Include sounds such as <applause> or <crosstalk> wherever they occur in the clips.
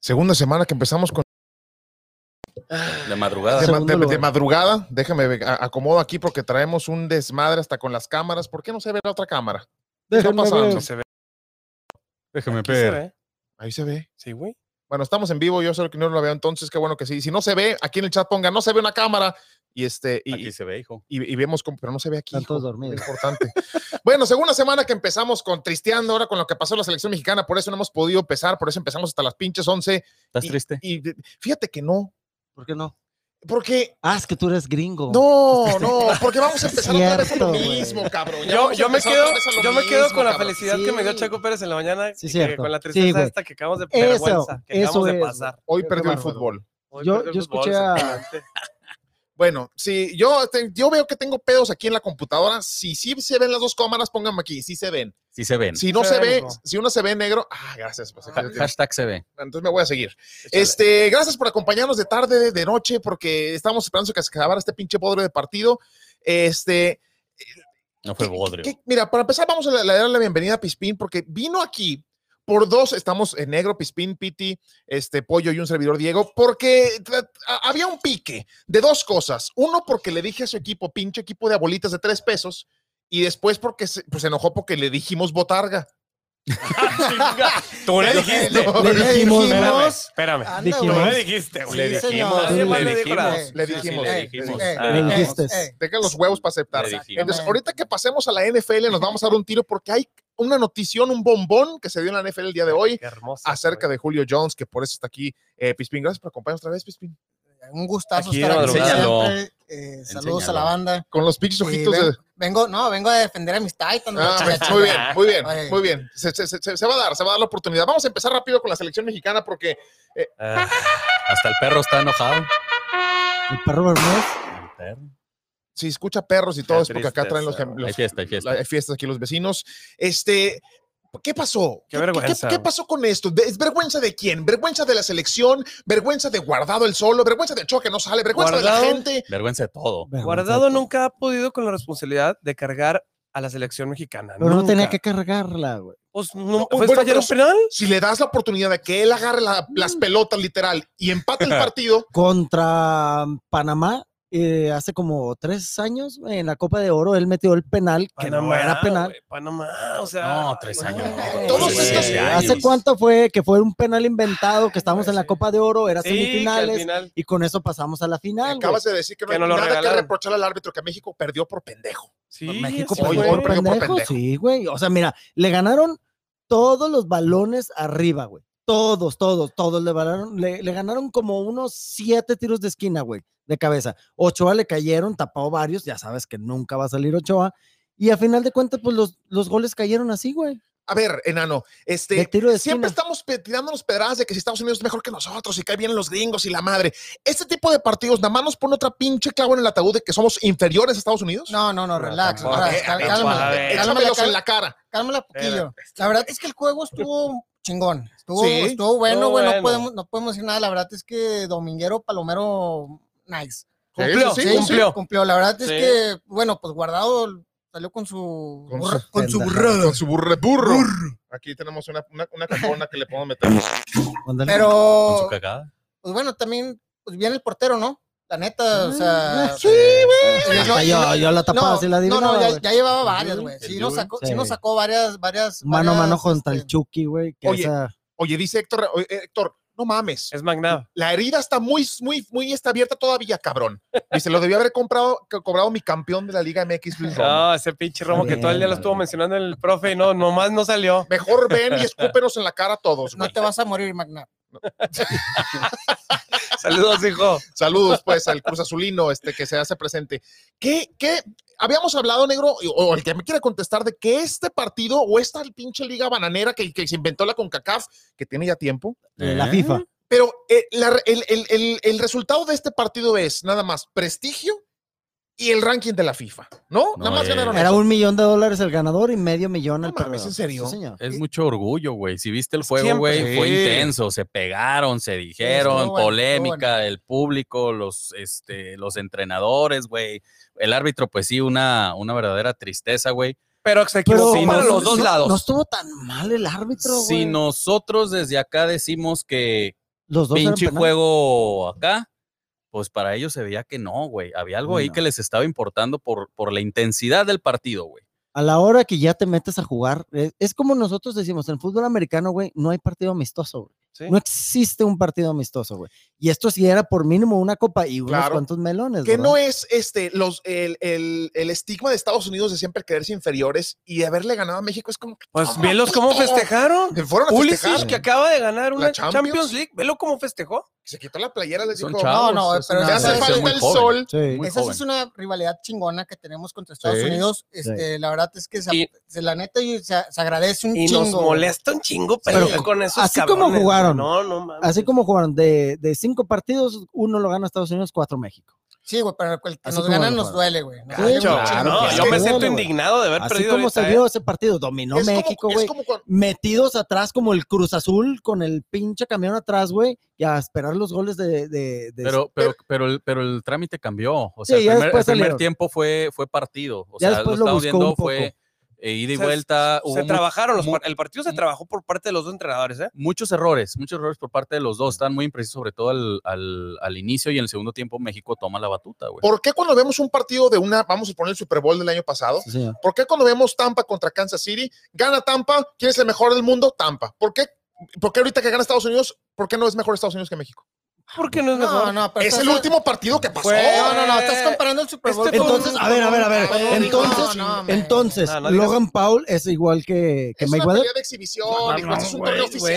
Segunda semana que empezamos con. De De, madrugada. ma- Segundo de- de lugar. madrugada, déjame, ver, a- acomodo aquí porque traemos un desmadre hasta con las cámaras. ¿Por qué no se ve la otra cámara? ¿Qué está Déjenme pasando? ver. se ve. Déjame Aquí se ver. ve. Ahí se ve. Sí, güey. Bueno, estamos en vivo, yo sé que no lo veo, entonces qué bueno que sí. Si no se ve, aquí en el chat pongan, no se ve una cámara. Y este, y, Aquí se ve, hijo. y- y vemos cómo, pero no se ve aquí. Están todos hijo, dormidos. Es importante. bueno, segunda semana que empezamos con Tristeando, ahora con lo que pasó en la selección mexicana, por eso no hemos podido empezar, por eso empezamos hasta las pinches 11. ¿Estás triste? Y fíjate que no, ¿Por qué no? porque Ah, es que tú eres gringo. No, <laughs> no, porque vamos a empezar otra vez con lo Este, Cierto, güey. mismo, cabrón. Ya Yo, vamos a yo me empezar quedo, otra vez a lo yo me quedo mismo, con la cabrón. felicidad que me dio Sí. Checo Pérez en la mañana. Sí, y que- cierto. con la Sí, tristeza güey. esta que acabamos de Eso, vergüenza, que eso acabamos de es. pasar. Hoy Qué perdió el bárbaro. fútbol. Hoy Yo- perdió el yo fútbol, escuché a- exactamente. Bueno, si yo, te- yo veo que tengo pedos aquí en la computadora, si sí se ven las dos cámaras, pónganme aquí, sí se ven. Sí se ven. Si no Se se ve, ve, hijo. si uno se ve negro, ah, gracias. pues, Ha- Hashtag se ve. entonces me voy a seguir. Échale. Este, gracias por acompañarnos de tarde, de- de noche, porque estábamos esperando que se acabara este pinche podre de partido. Este, No fue ¿Qué- bodrio. qué- mira, para empezar, vamos a la- le dar la bienvenida a Pispín, porque vino aquí por dos, estamos en negro, Pispín, Piti, este Pollo y un servidor Diego, porque tra- a- había un pique de dos cosas. Uno, porque le dije a su equipo, pinche equipo de abuelitas de tres pesos, y después porque se pues, se enojó porque le dijimos botarga. Tú le dijiste. No, Le le dijimos, Espérame, dijimos, espérame. Anda, Tú güey. le dijiste, güey. Le Sí, dijimos, señor. Nadie más Sí, le dijo nada. eh, le Sí, sí, dijimos, le eh, dijimos. eh, Le eh, dijiste. Tengan los huevos para aceptar. Le dijimos. Entonces, ahorita que pasemos a la NFL, nos vamos a dar un tiro porque hay una notición, un bombón que se dio en la NFL el día de hoy Qué hermoso. acerca de Julio Jones, que por eso está aquí. Eh, Pispín, gracias por acompañarnos otra vez, Pispín. eh, Un gustazo Aquí de estar aquí madrugada. siempre. Eh, saludos a Enséñalo. la banda. Con los pinches Y ojitos ven- de... vengo, no, vengo a defender a mis Titans. Ah, muchachos. <laughs> muy bien, muy bien, Oye. muy bien. Se, se- se- se va a dar, se va a dar la oportunidad. Vamos a empezar rápido con la selección mexicana porque Ah, Hasta el perro está enojado. El perro Bermúdez. El perro. si escucha perros y todo Qué es porque acá tristeza, traen los... güey. los- Hay fiesta, hay fiesta. la- hay fiestas aquí los vecinos. Este, ¿qué pasó? Qué vergüenza, qué güey. pasó con esto? ¿De- ¿Es vergüenza de quién? ¿Vergüenza de la selección? ¿Vergüenza de guardado el solo? ¿Vergüenza de choque no sale? ¿Vergüenza de Guardado. la gente? Vergüenza de todo. Vergüenza. Guardado nunca ha podido con la responsabilidad de cargar a la selección mexicana. Pero no tenía nunca. que cargarla, güey. Pues, no, No, ¿fue bueno, fallar pero un penal? Si le das la oportunidad de que él agarre la- Mm. las pelotas literal y empate <laughs> el partido, Contra Panamá, eh, hace como tres años, en la Copa de Oro, él metió el penal, que no era penal. güey, Panamá, o sea. No, tres años. no. Todos Sí, estos- sí, ¿Hace años. cuánto fue que fue un penal inventado, que estábamos güey, en la Ah, sí. Copa de Oro, era Sí, que al semifinales, final. y con eso pasamos a la final. güey. acabas de decir que no Que hay no lo nada que regalaron. reprochar al árbitro que México perdió por pendejo. Sí, México sí, perdió hoy güey. por por pendejo, pendejo. Sí, güey. O sea, mira, le ganaron todos los balones arriba, güey. Todos, todos, todos le ganaron, le, le ganaron como unos siete tiros de esquina, güey, de cabeza. Ochoa le cayeron, tapó varios, ya sabes que nunca va a salir Ochoa. Y a final de cuentas, pues los, los goles cayeron así, güey. A ver, enano, este, De tiro de siempre esquina. estamos pe- tirándonos pedradas de que si Estados Unidos es mejor que nosotros y que ahí vienen los gringos y la madre. Este tipo de partidos nada más nos pone otra pinche clavo en el ataúd de que somos inferiores a Estados Unidos. No, no, no, relax. tampoco. relax, Eh, cal- tampoco, a Cálmala, ver. cálmala, Échamelos en la cara. cálmala poquillo. La verdad es que el juego estuvo chingón. Estuvo, Sí, estuvo bueno, estuvo güey. No bueno. podemos, no podemos decir nada. La verdad es que Dominguero Palomero, nice. Cumplió, Sí, sí, sí, sí. cumplió. Cumplió. La verdad es Sí. que, bueno, pues guardado salió con su. Con burra- su con su pendejada. burrada. Con su burre- burro. Aquí tenemos una, una, una cajona que le podemos meter. Ándale. Con su Pero, cagada. pues bueno, también, pues bien el portero, ¿no? La Ah, neta, o sea. Ah, Sí, no, Hasta y yo, no- yo la tapaba, no, si la no, adivinaba, no, ya, güey. ya llevaba varias, güey. El Sí, nos Yui. sacó, Sí. sí nos sacó varias, varias. Mano a varias, mano contra este, el Chucky, güey. que Oye, esa- Oye, dice Héctor, oye, Héctor, no mames. Es Magnab. La herida está muy, muy, muy está abierta todavía, cabrón. Dice, lo debió haber comprado, co- cobrado mi campeón de la Liga MX, Luis Romo. No, ese pinche romo que todo el día lo estuvo mencionando el profe y no, nomás no salió. Mejor ven y escúpenos en la cara a todos. No güey. te vas a morir, Magna. Saludos, hijo. Saludos, pues, al Cruz Azulino, este, que se hace presente. ¿Qué, qué? Habíamos hablado, negro, y- o el que me quiera contestar, de que este partido o esta pinche liga bananera que, que se inventó la CONCACAF, que tiene ya tiempo, la ¿Eh? FIFA. pero eh, la- el, el- el- el resultado de este partido es nada más prestigio y el ranking de la FIFA, ¿no? No, nada más eh, ganaron Era eso. un millón de dólares el ganador y medio millón No el mames, perdedor. ¿en serio? Sí, señor. Es mucho orgullo, güey. Si viste el juego, Siempre. güey, fue Sí. intenso. Se pegaron, se dijeron, estuvo bueno, estuvo polémica, el público, los, este, los entrenadores, güey. El árbitro, pues sí, una, una verdadera tristeza, güey. Pero se Pero equivocó para no- los dos no- lados. No estuvo tan mal el árbitro, güey. Si nosotros desde acá decimos que, Los dos eran pinche penal. juego acá, pues para ellos se veía que no, güey. Había algo ahí No. que les estaba importando por, por la intensidad del partido, güey. A la hora que ya te metes a jugar, es, es como nosotros decimos, en fútbol americano, güey, no hay partido amistoso, güey. Sí. No existe un partido amistoso, güey. Y esto sí era por mínimo una copa y unos Claro. cuantos melones, Que ¿verdad? no es este, los, el, el- el estigma de Estados Unidos de siempre creerse inferiores y de haberle ganado a México es como que Pues velos cómo festejaron. fueron a festejar, Ulysses, que acaba de ganar una Champions. Champions, League, velo cómo festejó. se quitó la playera, les Son dijo, chavos. No, no, es pero una "Me hace selección falta muy el joven. sol. Sí. Muy Esa sí joven. es una rivalidad chingona que tenemos contra Estados Sí. Unidos. Este, La verdad es que se, Y- se- la neta y se, se agradece un Y chingo. nos molesta un chingo pero Pero con esos así como cabrones, jugaron. No, no mames. Así como jugaron, de, de cinco partidos, uno lo gana Estados Unidos, cuatro México. Sí, güey, pero el que Así nos como gana lo nos juegan. duele, güey. Nos Cacho, duele un chingo. Claro, Claro, yo es me que siento duele, güey. indignado de haber Así perdido como ahorita, se ¿eh? vio ese partido, dominó es, México, como, es güey. como cuando- Metidos atrás como el Cruz Azul con el pinche camión atrás, güey, y a esperar los goles de... de- de- Pero, pero, pero, el, pero el trámite cambió. O sea, Sí, el ya primer, después el primer salieron. tiempo fue, fue partido. O Ya sea, lo después lo estamos buscó un viendo, poco. fue eh, ida y O sea, vuelta. Se hubo mu- trabajaron, los mu- par- el partido se trabajó por parte de los dos entrenadores, ¿eh? muchos errores, muchos errores por parte de los dos. Están muy imprecisos, sobre todo al, al- al inicio y en el segundo tiempo México toma la batuta, güey. ¿Por qué cuando vemos un partido de una, vamos a poner el Super Bowl del año pasado? Sí, señor. ¿Por qué cuando vemos Tampa contra Kansas City, gana Tampa, quién es el mejor del mundo? Tampa. ¿Por qué, por qué ahorita que gana Estados Unidos, por qué no es mejor Estados Unidos que México? ¿Por qué no es mejor? No, no, pero Es estás- el último partido que pasó. Fue- No, no, no, estás comparando el Super Este Bowl. fue con Entonces, un- a ver, a ver, a ver. con un- Entonces, No, no, man. Entonces, No, no digas- Logan Paul es igual que, que es una Mayweather. pelea de exhibición. No, digo, no, es un güey, torneo oficial.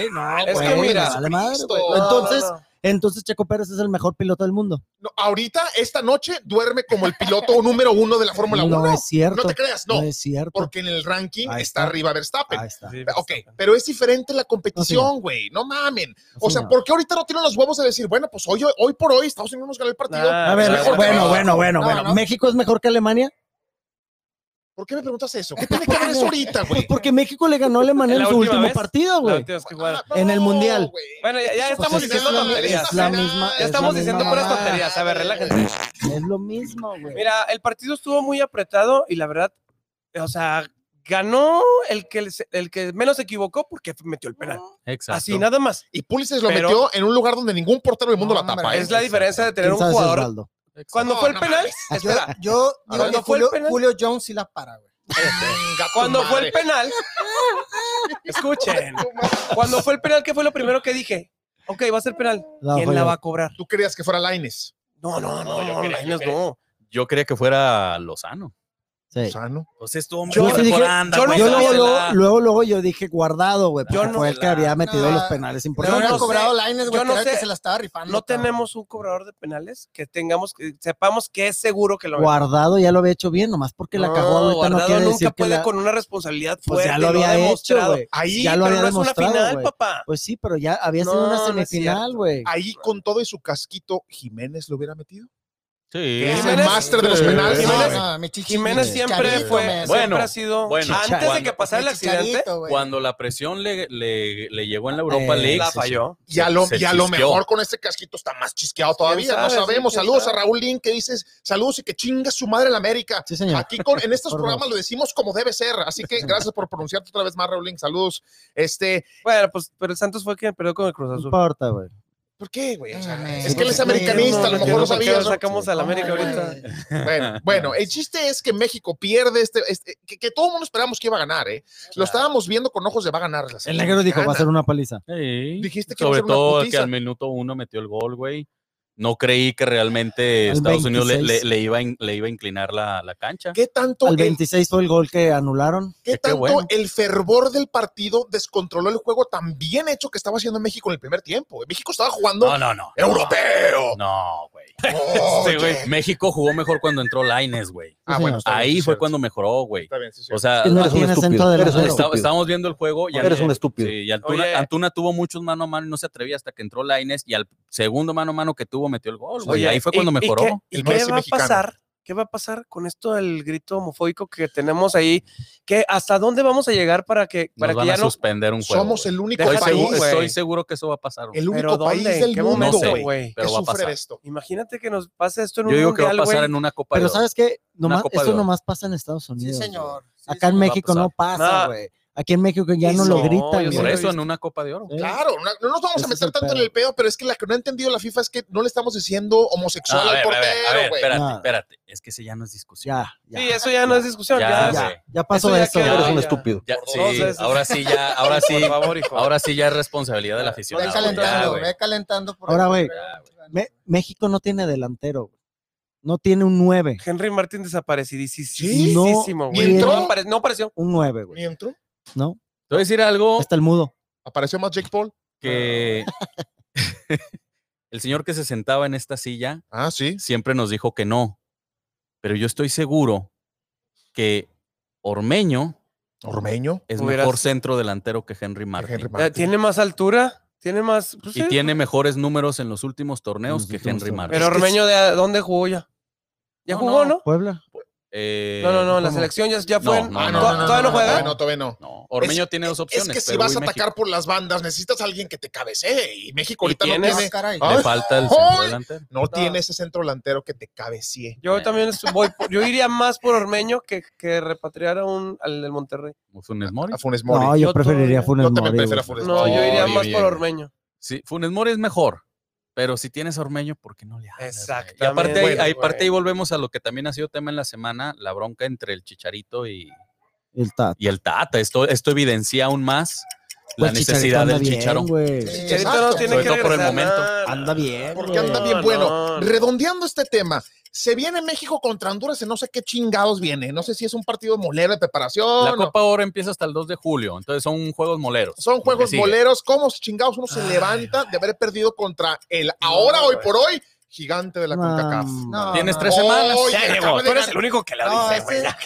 es güey, que mira, Ah, vale madre, Cristo. güey. No, Entonces, no, no. entonces Checo Pérez es el mejor piloto del mundo. No, ahorita, esta noche, duerme como el piloto <laughs> número uno de la Fórmula no 1. es cierto. No te creas, no, No es cierto. porque en el ranking Ahí está está. arriba Verstappen. Ahí está. Sí, Ok, Verstappen. pero es diferente la competición, güey. no mamen. O sea, ¿por qué ahorita no tienen los huevos de decir, bueno, pues hoy, hoy por hoy Estados Unidos ganó el partido? Nah, A ver, mejor que bueno, México. bueno, bueno, No, bueno. no. ¿México es mejor que Alemania? ¿Por qué me preguntas eso? ¿Qué tiene que ver eso ahorita, <laughs> Pues güey? porque México le ganó a Alemania en ¿La su última último vez? partido, La güey. última vez que jugaron. En el Mundial. Ah, güey. Bueno, ya, ya Pues estamos es diciendo la- tonterías. ¿eh? es la misma- Ya es estamos la diciendo misma puras mamada. tonterías. A ver, relájense. Es lo mismo, güey. Mira, el partido estuvo muy apretado y la verdad, o sea, ganó el que, se- el que menos se equivocó porque metió el penal. Exacto. Así nada más. Y Pulisic lo Pero- metió en un lugar donde ningún portero del mundo No, la tapa. hombre, ¿eh? Es la diferencia de tener un ¿Quién sabe, jugador. Osvaldo? Cuando No, fue el no penal, Yo, espera, yo digo ¿Cuándo que fue el Julio, penal? Julio Jones sí la para, güey. Venga, tu cuando fue madre. el penal, escuchen, cuando fue el penal, ¿qué fue lo primero que dije? Ok, va a ser penal. No, ¿Quién fue la yo. va a cobrar? Tú querías que fuera Laines. No, no, no, No, yo no, quería, yo Lainez, quería. no. Yo creía que fuera Lozano. Sí. Sano. Pues estuvo Yo sí dije- yo güey, Yo no luego, sabía dásela. luego, luego, luego yo dije guardado, güey. Yo Porque no fue el que había metido No, los penales Pero no hubiera sé, importantes. cobrado Lainez, güey, yo que no era el sé. que se la estaba rifando. No cabrón. tenemos un cobrador de penales que tengamos, que sepamos que es seguro que lo va a Guardado ya lo había hecho bien, nomás porque la cagó No, ahorita no Guardado quiere nunca decir que puede la- con una responsabilidad Pues fuerte. ya lo había ha hecho, demostrado. güey. Ahí, Ya lo pero había no es una demostrado, final, güey. papá. Pues sí, pero ya había sido No, una no es semifinal, cierto. güey. ahí con todo y su casquito, Jiménez lo hubiera metido. Sí. Que es el Jiménez- máster de los Sí. No, penales. Jiménez- no, mi chichi- Jiménez mi siempre chicharito, fue, me- Bueno, siempre ha sido. bueno, antes de cuando- que pasara el mi accidente, chicharito, güey. Cuando la presión le, le- le llegó en la Europa Eh, League, la se- falló. Y a, lo, se y a lo chisqueó. mejor con este casquito está más chisqueado todavía. sabe, sí, no sabemos. quién Saludos sabe. a Raúl Lin que dices saludos y que chinga su madre en América. Sí, señor. Aquí con, en estos Por programas lo decimos como debe ser. Así que gracias por pronunciarte otra vez más, Raúl Lin. Saludos. Este, Bueno, pues, pero el Santos fue quien perdió con el Cruz No Azul. importa, güey. ¿por qué, güey? O sea, No, no, es que él es no, americanista, a lo no, mejor no lo sé por qué sabías. lo ¿no? sacamos a la América Ay, ahorita. güey. <laughs> Bueno, bueno, el chiste es que México pierde este, este- que, que todo el mundo esperamos que iba a ganar, ¿eh? Lo estábamos viendo con ojos de va a ganar. la El selección negro dijo, va a mexicana. ser una paliza. Sí. Dijiste que iba a Sobre ser una todo que putiza. al minuto uno metió el gol, güey. No creí que realmente Estados Unidos le, le- 26. le iba, a in- le iba a inclinar la, la cancha. ¿Qué tanto, Al el, 26 fue el gol que anularon. qué qué tanto bueno. el fervor del partido descontroló el juego tan bien hecho que estaba haciendo México en el primer tiempo? México estaba jugando No, no, no. <laughs> europeo. No, Este güey. Oye. México jugó mejor cuando entró Laines, güey. Ah, bueno, está bien, Ahí sí, fue cierto, cuando mejoró, güey. Está bien, sí, O cierto. sea, Que no está- tiene acento de Eres un estúpido. estábamos viendo el juego y Eres un estúpido. Sí, y Antuna, Oye. Antuna tuvo muchos mano a mano y no se atrevía hasta que entró Laines y al segundo mano a mano que tuvo metió el gol. güey. Oye, Ahí fue ¿y- cuando y mejoró. qué- ¿Y el qué, Messi va a mexicano. pasar? ¿Qué va a pasar con esto del grito homofóbico que tenemos ahí? ¿Qué, ¿Hasta dónde vamos a llegar para que, Nos para que van ya a no... suspender un juego. Somos güey. el único Estoy Déjate, país, seguro, güey. estoy seguro que eso va a pasar. güey. el ¿Pero único país dónde? del ¿En qué mundo, momento, No sé, güey, güey? que pero va a sufre pasar. de esto. Imagínate que nos pase esto en Yo un digo que va a mundial, pasar güey. en una copa. Pero de Oro. ¿sabes qué? Nomás, Copa de esto Oro. nomás pasa en Estados Sí, Unidos. güey. señor. Sí, Acá en señor. México Va a no pasar. pasa, No. güey. Aquí en México ya no lo No, gritan. yo Por güey. Pues lo he eso en visto. una Copa de Oro. Sí. Claro, no, no nos vamos ¿Eh? a Ese es meter el tanto en pedo. el pedo, pero es que la que no ha entendido la FIFA es que no le estamos diciendo homosexual No, Ah, a al ver, a ver, a ver, portero, güey. espérate, Nah. espérate. Es que ese ya no es discusión. Ya, ya. Sí, eso ya no es discusión. Ya, Ya, güey. ya. ya, ya pasó Eso ya eso. quedó, güey. Eres un estúpido. Ya, Por sí, dos veces. ahora sí, ya, ahora sí, Por favor, hijo. ahora sí ya es responsabilidad del aficionado. Ve ya, calentando, güey. ve calentando. por Ahora, ahí, güey. Me- México no tiene delantero, güey. No tiene un 9, Henry Martín desaparecidísimo, Sí. güey. Ni entró. No, apare- no apareció. un 9, güey. Ni entró. ¿No? Te voy a decir algo Está el mudo. Apareció más Jake Paul. que <laughs> el señor que se sentaba en esta silla Ah, sí. siempre nos dijo que no. Pero yo estoy seguro que Ormeño Ormeño. es Hubieras- mejor centro delantero que Henry Martin. Henry Ya, Martin. Tiene más altura, tiene más. pues, Y sí. tiene mejores números en los últimos torneos Los que últimos Henry torneos. Martin. Pero Ormeño, ¿de a- dónde jugó ya? Ya No, jugó, no. ¿no? Puebla. Eh, No, no, no, la ¿cómo? selección ya, ya fue. No, en- no, ¿Tod- Ah, ¿Todavía no juega? Todavía no, todavía no. no, Ormeño tiene dos Es opciones. que si Perú vas y a México. atacar por las bandas, necesitas a alguien que te cabecee. Y México ¿Y ahorita no tienes? tiene, caray. Ah. Le falta el centro ¡Ay! delantero. no tiene ese centro delantero que te cabecee. Yo también estoy- voy, por- yo iría más por Ormeño que, que repatriar a un, al del Monterrey. Funes Mori. A Funes Mori. No, yo Yo preferiría todavía- Funes Yo también Mori, prefiero güey. a Funes No, Mori. yo iría Oye, más oye. por Ormeño. Sí, Funes Mori es mejor. Pero si tienes a Ormeño, ¿por qué no le hablas? güey? Exactamente. Y aparte, ahí- Bueno, ahí güey. parte y volvemos a lo que también ha sido tema en la semana, la bronca entre el Chicharito y, El Tata. y el Tata. Esto, esto evidencia aún más la Pues Chicharito necesidad anda del bien, Chicharón. güey. Sí. Chicharito no Exacto. tiene Sobre que todo por el regresar, momento. no, Anda bien, Porque güey. anda bien No, bueno. no, no. Redondeando este tema, se viene México contra Honduras en no sé qué chingados viene. No sé si es un partido molero de La preparación. o- Copa Oro empieza hasta el 2 de julio, entonces son juegos moleros. Son juegos que sigue. boleros. ¿Cómo chingados uno se Ay, levanta de haber perdido contra el ahora, hoy güey. por hoy, gigante de la No, CONCACAF? No, Tienes no, tres Oye, semanas. Ya, Diego, acaba de tú eres ganar. el único que No, ese-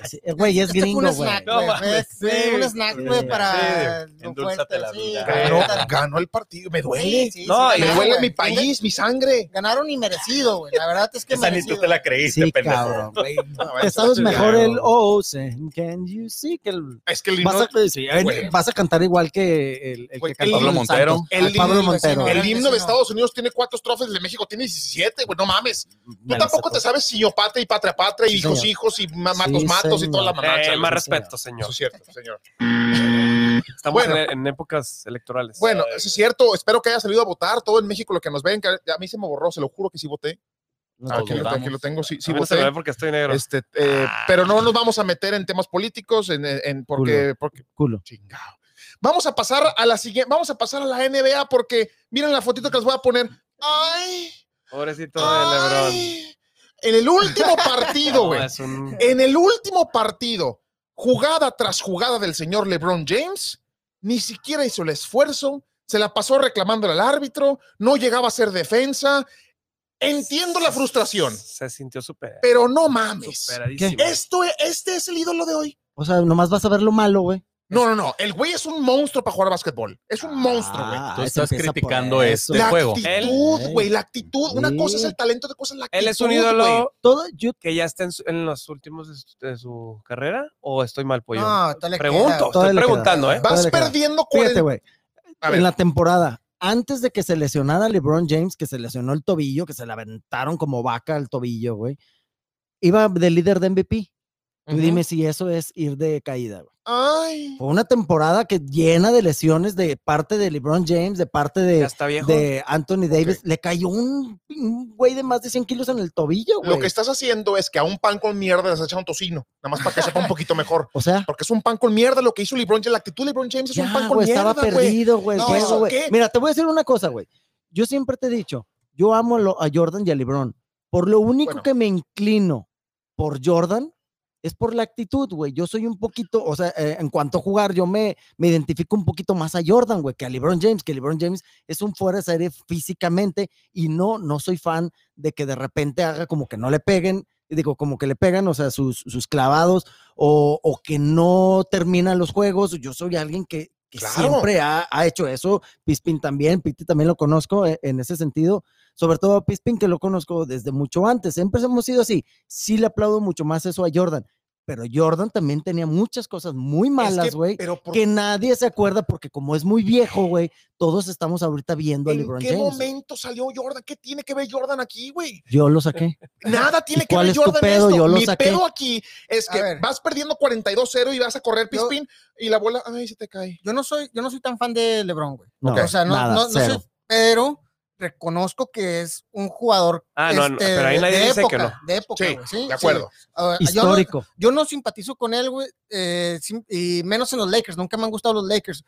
Sí, eh, Güey, es este fue un gringo, güey. snack, No güey. mames, Fue- fue sí. un snack, güey, para. Sí, lo endulzate la fuerte, vida. sí, Ganó, la neta. ganó el partido. Me duele. Sí, sí, No, sí, y Me ganaron, duele güey. mi país, mi sangre. Ganaron y merecido, güey. La verdad es que merecido. la creíste, Este Sí, cabrón, güey. Te Eso sabes sí, mejor claro. el Oh, Sam, can you see? Que el- Es que el himno, vas, a, sí, eh, güey. vas a cantar igual que el, el Güey, que cantó Pablo el Montero. Santos. El Ay, Pablo himno, Montero. el Claro que himno de sí, no. Estados Unidos tiene cuatro estrofes, el de México tiene 17, güey, no mames. Tú Me la tampoco sacó. te sabes si yo patria y patria patria, Sí, hijos señor. hijos y ma- Sí, matos matos y toda la señor. mamá. Eh, chale. más sí, respeto, Eso señor. es cierto, señor. Estamos Bueno. en, en épocas electorales. Eh, Bueno, eso es cierto. Espero que haya salido a votar todo en México, lo que nos ven. que A mí se me borró, se lo juro que sí voté. No te Ah, Aquí, que lo, preocupes. aquí lo tengo, sí, sí A mí no se me Ah. ve voté. porque estoy negro. Este, eh, pero no nos vamos a meter en temas políticos, en, en- en- porque, porque Culo. Chingado. Vamos a pasar a la siguiente, vamos a pasar a la NBA porque miren la fotito que les voy a poner. Ay, Pobrecito de Lebron. ay. En el último partido, <laughs> No, güey. es un- En el último partido, jugada tras jugada del señor LeBron James, ni siquiera hizo el esfuerzo, se la pasó reclamando al árbitro, no llegaba a ser defensa. Entiendo la frustración, Se sintió super, pero no mames. superadísimo. Esto, este es el ídolo de hoy. O sea, nomás vas a ver lo malo, güey. No, no, no. El güey es un monstruo para jugar a básquetbol. Es un monstruo, güey. Ah, Tú se estás empieza por criticando eso. de La este juego. actitud, Él- güey. La actitud. Una Sí. cosa es el talento, otra cosa es la actitud. Él es un ídolo güey. Todo, yo que ya está en, su- en los últimos de su, de su carrera o estoy mal pollo. Ah, No, todavía le Pregunto, queda. Todavía estoy le queda. preguntando, ¿eh? Vas Dale, cara. perdiendo Fíjate, 40. güey. A ver. En la temporada, antes de que se lesionara LeBron James, que se lesionó el tobillo, que se le aventaron como vaca al tobillo, güey, iba de líder de MVP. Tú Ujú. dime si eso es ir de caída, güey. Ay. Fue una temporada que llena de lesiones de parte de LeBron James, de parte Ya de, está viejo. de Anthony Davis. Le cayó un, un güey de más de 100 kilos en el tobillo, Lo güey. que estás haciendo es que a un pan con mierda les has echado un tocino. Nada más para que sepa un poquito mejor. O sea, Porque es un pan con mierda lo que hizo LeBron James. La actitud de LeBron James es ya, un pan con güey, estaba mierda, güey. perdido, güey. el No, juego, ¿eso güey. qué? Mira, te voy a decir una cosa, güey. Yo siempre te he dicho, yo amo a lo- a Jordan y a LeBron. Por lo único Bueno. que me inclino por Jordan es por la actitud, güey. Yo soy un poquito, o sea, eh, en cuanto a jugar, yo me, me identifico un poquito más a Jordan, güey, que a LeBron James, que LeBron James es un fuera de serie físicamente y no, no soy fan de que de repente haga como que no le peguen, digo, como que le pegan, o sea, sus, sus clavados o, o que no termina los juegos. Yo soy alguien que, que Claro. siempre ha, ha hecho eso. Pispin también, Piti también lo conozco eh, en ese sentido. Sobre todo a Pispin, que lo conozco desde mucho antes. Siempre hemos sido así. Sí le aplaudo mucho más eso a Jordan. Pero Jordan también tenía muchas cosas muy malas, güey. pero por que nadie se acuerda porque como es muy viejo, güey, todos estamos ahorita viendo a ¿En LeBron qué James. momento salió Jordan? ¿Qué tiene que ver Jordan aquí, güey? Yo lo saqué. Nada tiene que cuál ver es tu Jordan en pedo? esto. Yo lo Mi saqué. pedo aquí es A que ver. vas perdiendo 42-0 y vas a correr Yo- pispín y la bola, ay, se te cae. Yo no soy, yo no soy tan fan de LeBron, güey. No, o sea, no, nada, no- no cero. soy, pero reconozco que es un jugador Ah, no, no, este, pero ahí de- nadie de dice época, que no. De época, Sí, güey, sí, de acuerdo. sí. Ah, yo no- Histórico. Yo no simpatizo con él, güey, eh, sim- y menos en los Lakers, nunca me han gustado los Lakers.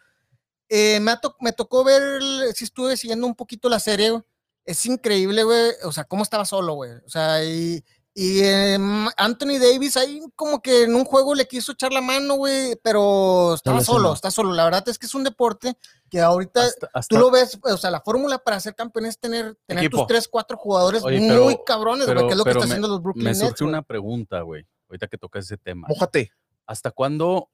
Eh, me, ha to- me tocó ver, el- si estuve siguiendo un poquito la serie, güey. es increíble, güey, o sea, cómo estaba solo, güey, o sea, y, y eh, Ma- Anthony Davis ahí como que en un juego le quiso echar la mano, güey, pero estaba lesionó. solo, está solo, la verdad es que es un deporte que ahorita... Hasta- hasta- Tú lo ves, o sea, la fórmula para ser campeón es tener, tener tus Equipo. tres, cuatro jugadores Oye, muy pero- cabrones, güey, pero- que es lo que pero está haciendo los Brooklyn me Nets. surge güey. una pregunta, güey. Ahorita que tocas ese tema. Mójate. ¿Hasta cuándo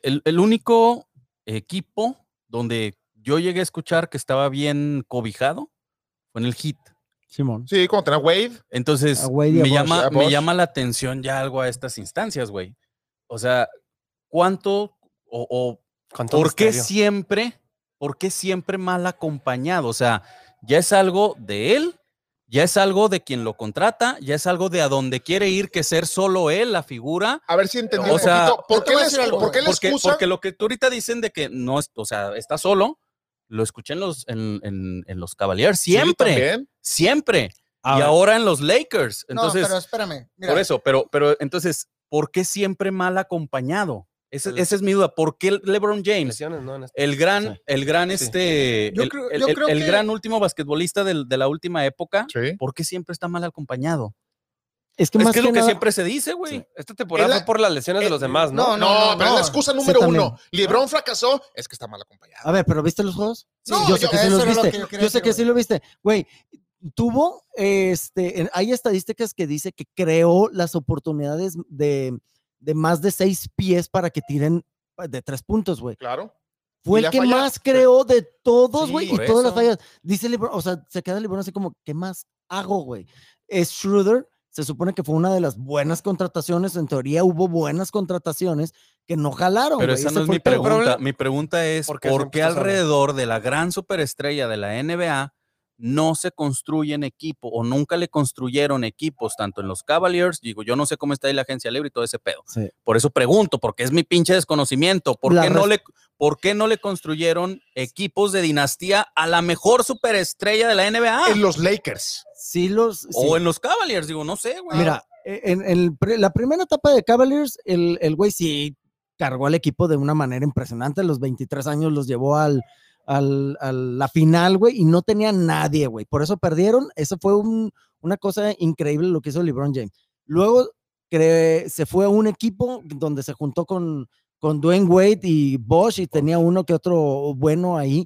el, el único equipo donde yo llegué a escuchar que estaba bien cobijado fue en el hit? Simón. Sí, cuando tenés Wade. Entonces, A Wade Ah, y a me Bosh. llama, A me Bosh. llama la atención ya algo a estas instancias, güey. O sea, ¿cuánto o, o por qué siempre, por qué siempre mal acompañado? O sea, ya es algo de él, ya es algo de quien lo contrata, ya es algo de a dónde quiere ir que ser solo él la figura. A ver si entendí O un sea, poquito. yo ¿Por te qué, voy la a decir excu- algo, por qué la porque, excusa? porque lo que tú ahorita dicen de que no, es- o sea, está solo, lo escuché en los, en, en- en los Cavaliers Sí, siempre, también. siempre. A y ver. ahora en los Lakers. No, Entonces, pero espérame. Mira, por eso, pero, pero entonces, ¿por qué siempre mal acompañado? Ese- El- esa es mi duda. ¿Por qué LeBron James? Lesiones, no, en este- El gran, Sí. el gran, Sí. este, Yo el, creo- el- yo el- creo el que- gran último basquetbolista del- de la última época, Sí. ¿por qué siempre está mal acompañado? Es que Es más que que, es lo que nada- siempre se dice, güey. eh, Esta temporada Él- fue por las lesiones de los demás, No, ¿no? no, no, pero es no. la excusa número Sí, también. uno. LeBron fracasó, es que está mal acompañado. A ver, pero ¿viste los juegos? Sí, No, yo sé yo- que sí eso los era lo viste. que yo yo, quería sé decir, que sí güey. lo viste. Güey, tuvo, este, en- hay estadísticas que dice que creó las oportunidades de, de más de seis pies para que tiren eh, de tres puntos, güey. Claro. Fue Y le el ha que fallado. más creó de todos, Sí, güey, y por todas las eso. fallas. Dice LeBron, o sea, se queda LeBron así como, ¿qué más hago, güey? Es Schroeder, se supone que fue una de las buenas contrataciones, en teoría hubo buenas contrataciones que no jalaron, Pero güey, esa ese no es fue mi el pedo. pregunta. Mi pregunta es: ¿por ¿Por qué qué, siempre estás hablando? alrededor de la gran superestrella de la NBA no se construyen equipo o nunca le construyeron equipos, tanto en los Cavaliers? Digo, yo no sé cómo está ahí la agencia libre y todo ese pedo. Sí. Por eso pregunto, porque es mi pinche desconocimiento. ¿Por, La qué no, le, res- ¿por qué no le construyeron equipos de dinastía a la mejor superestrella de la NBA? Ah. En los Lakers. Sí los... sí. o en los Cavaliers, digo, no sé, güey. Mira, e, en, en el pre- la primera etapa de Cavaliers, el el güey sí cargó al equipo de una manera impresionante. A los 23 años los llevó al, al- a la final, güey, y no tenía nadie, güey. Por eso perdieron. Eso fue un- una cosa increíble lo que hizo LeBron James. Luego cre- se fue a un equipo donde se juntó con, con Dwayne Wade y Bosch y tenía uno que otro bueno ahí.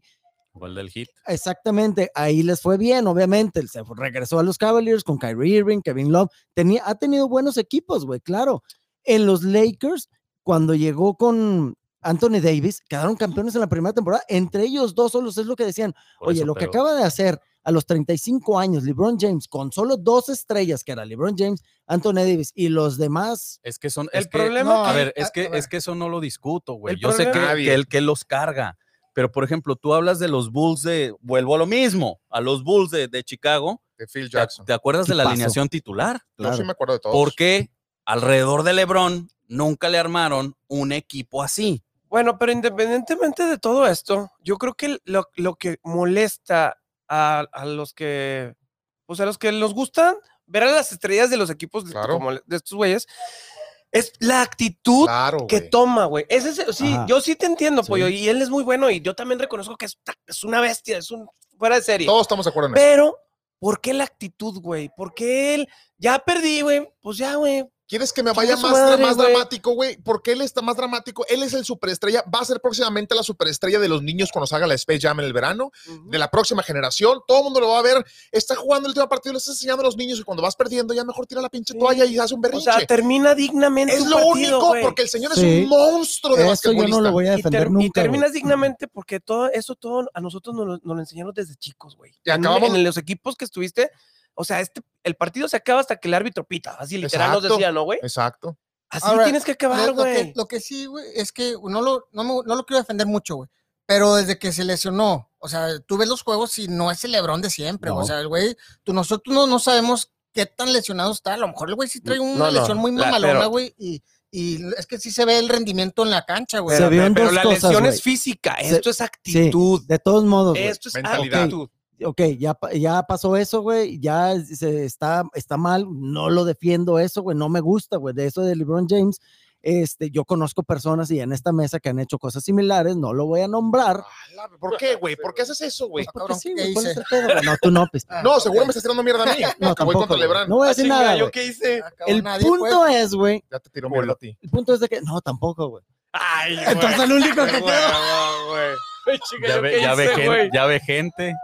Igual del hit. Exactamente, ahí les fue bien, obviamente. Se fu- regresó a los Cavaliers con Kyrie Irving, Kevin Love. Tenía, ha tenido buenos equipos, güey, claro. En los Lakers, cuando llegó con Anthony Davis, quedaron campeones en la primera temporada. Entre ellos dos solos es lo que decían. Por Oye, eso, lo que pero- acaba de hacer a los 35 años LeBron James con solo dos estrellas, que era LeBron James, Anthony Davis y los demás. Es que son. El es que- problema a que- ver, a- es que, a ver. es que eso no lo discuto, güey. El Yo sé que, problema- que Nadie. él que los carga. Pero, por ejemplo, tú hablas de los Bulls de. Vuelvo a lo mismo. A los Bulls de, de Chicago. De Phil ¿Te, Jackson. te acuerdas de la Equipazo. alineación titular? Yo sí me acuerdo de todos. Porque alrededor de LeBron nunca le armaron un equipo así. Bueno, pero independientemente de todo esto, yo creo que lo, lo que molesta a, a los que, pues a los que nos gustan ver a las estrellas de los equipos de- Claro. como de estos güeyes, es la actitud Claro, que güey. toma, güey. Ese es- sí, Ajá. yo sí te entiendo, Pollo, y él es muy bueno, y yo también reconozco que es, es una bestia, es un fuera de serie. Todos estamos de acuerdo en eso. Pero, ¿por qué la actitud, güey? ¿Por qué él? Ya perdí, güey. Pues ya, güey. ¿Quieres que me Chinga vaya su más, madre, más güey. dramático, güey? Porque él está más dramático. Él es el superestrella. Va a ser próximamente la superestrella de los niños cuando salga la Space Jam en el verano, de la próxima generación. Todo el mundo lo va a ver. Está jugando el último partido, le está enseñando a los niños y cuando vas perdiendo, ya mejor tira la pinche Sí. toalla y hace un O berrinche. sea, termina dignamente. es un lo partido, único güey. porque el señor es Sí. un monstruo de Eso yo basquetbolista. no lo voy a Y, ter- defender y nunca. güey. terminas dignamente porque todo eso todo a nosotros nos, lo- nos lo enseñaron desde chicos, güey. Y En- acabamos- en los equipos que estuviste, o sea, este el partido se acaba hasta que el árbitro pita, así literal Exacto. nos decía, ¿no, güey? Exacto. Así Ahora, tienes que acabar, Lo, lo güey. que, lo que sí, güey, es que no lo, no, me- no lo quiero defender mucho, güey. Pero desde que se lesionó, o sea, tú ves los juegos y no es el Lebrón de siempre. No. O sea, el güey, tú, nosotros no, no sabemos qué tan lesionado está. A lo mejor el güey sí trae no, una lesión muy la- mamalona, pero- güey. Y, y es que sí se ve el rendimiento en la cancha, güey. Se vieron Pero dos la cosas, lesión güey. es física, Se- esto es actitud, De todos modos, güey. Ah, esto es Mentalidad. actitud. ok, ya, pa- ya pasó eso, güey, ya es- se está, está mal, no lo defiendo eso, güey, no me gusta, güey, de eso de LeBron James. Este, yo conozco personas y en esta mesa que han hecho cosas similares, no lo voy a nombrar. Ala, ¿Por qué, güey? ¿Por qué haces eso, güey? <laughs> pues, porque Ah, cabrón, sí, ¿qué güey, ¿cuál es hice? el pedo, güey? No, tú no, <laughs> pues. Ah, No, ok. seguro me estás tirando mierda a <laughs> mí. No, que voy tampoco, contra güey. Lebrán. No voy a decir Chinga, nada. ¿Yo güey. qué hice? Ah, cabrón, El nadie, punto es, güey, Ya te tiró mierda a ti. el punto es de que, no, tampoco, güey. Ay, güey. Entonces, el único que Güey, queda. güey, güey. Chinga, Ya ¿yo ve, qué ya ve hice, gente, güey? ya ve gente.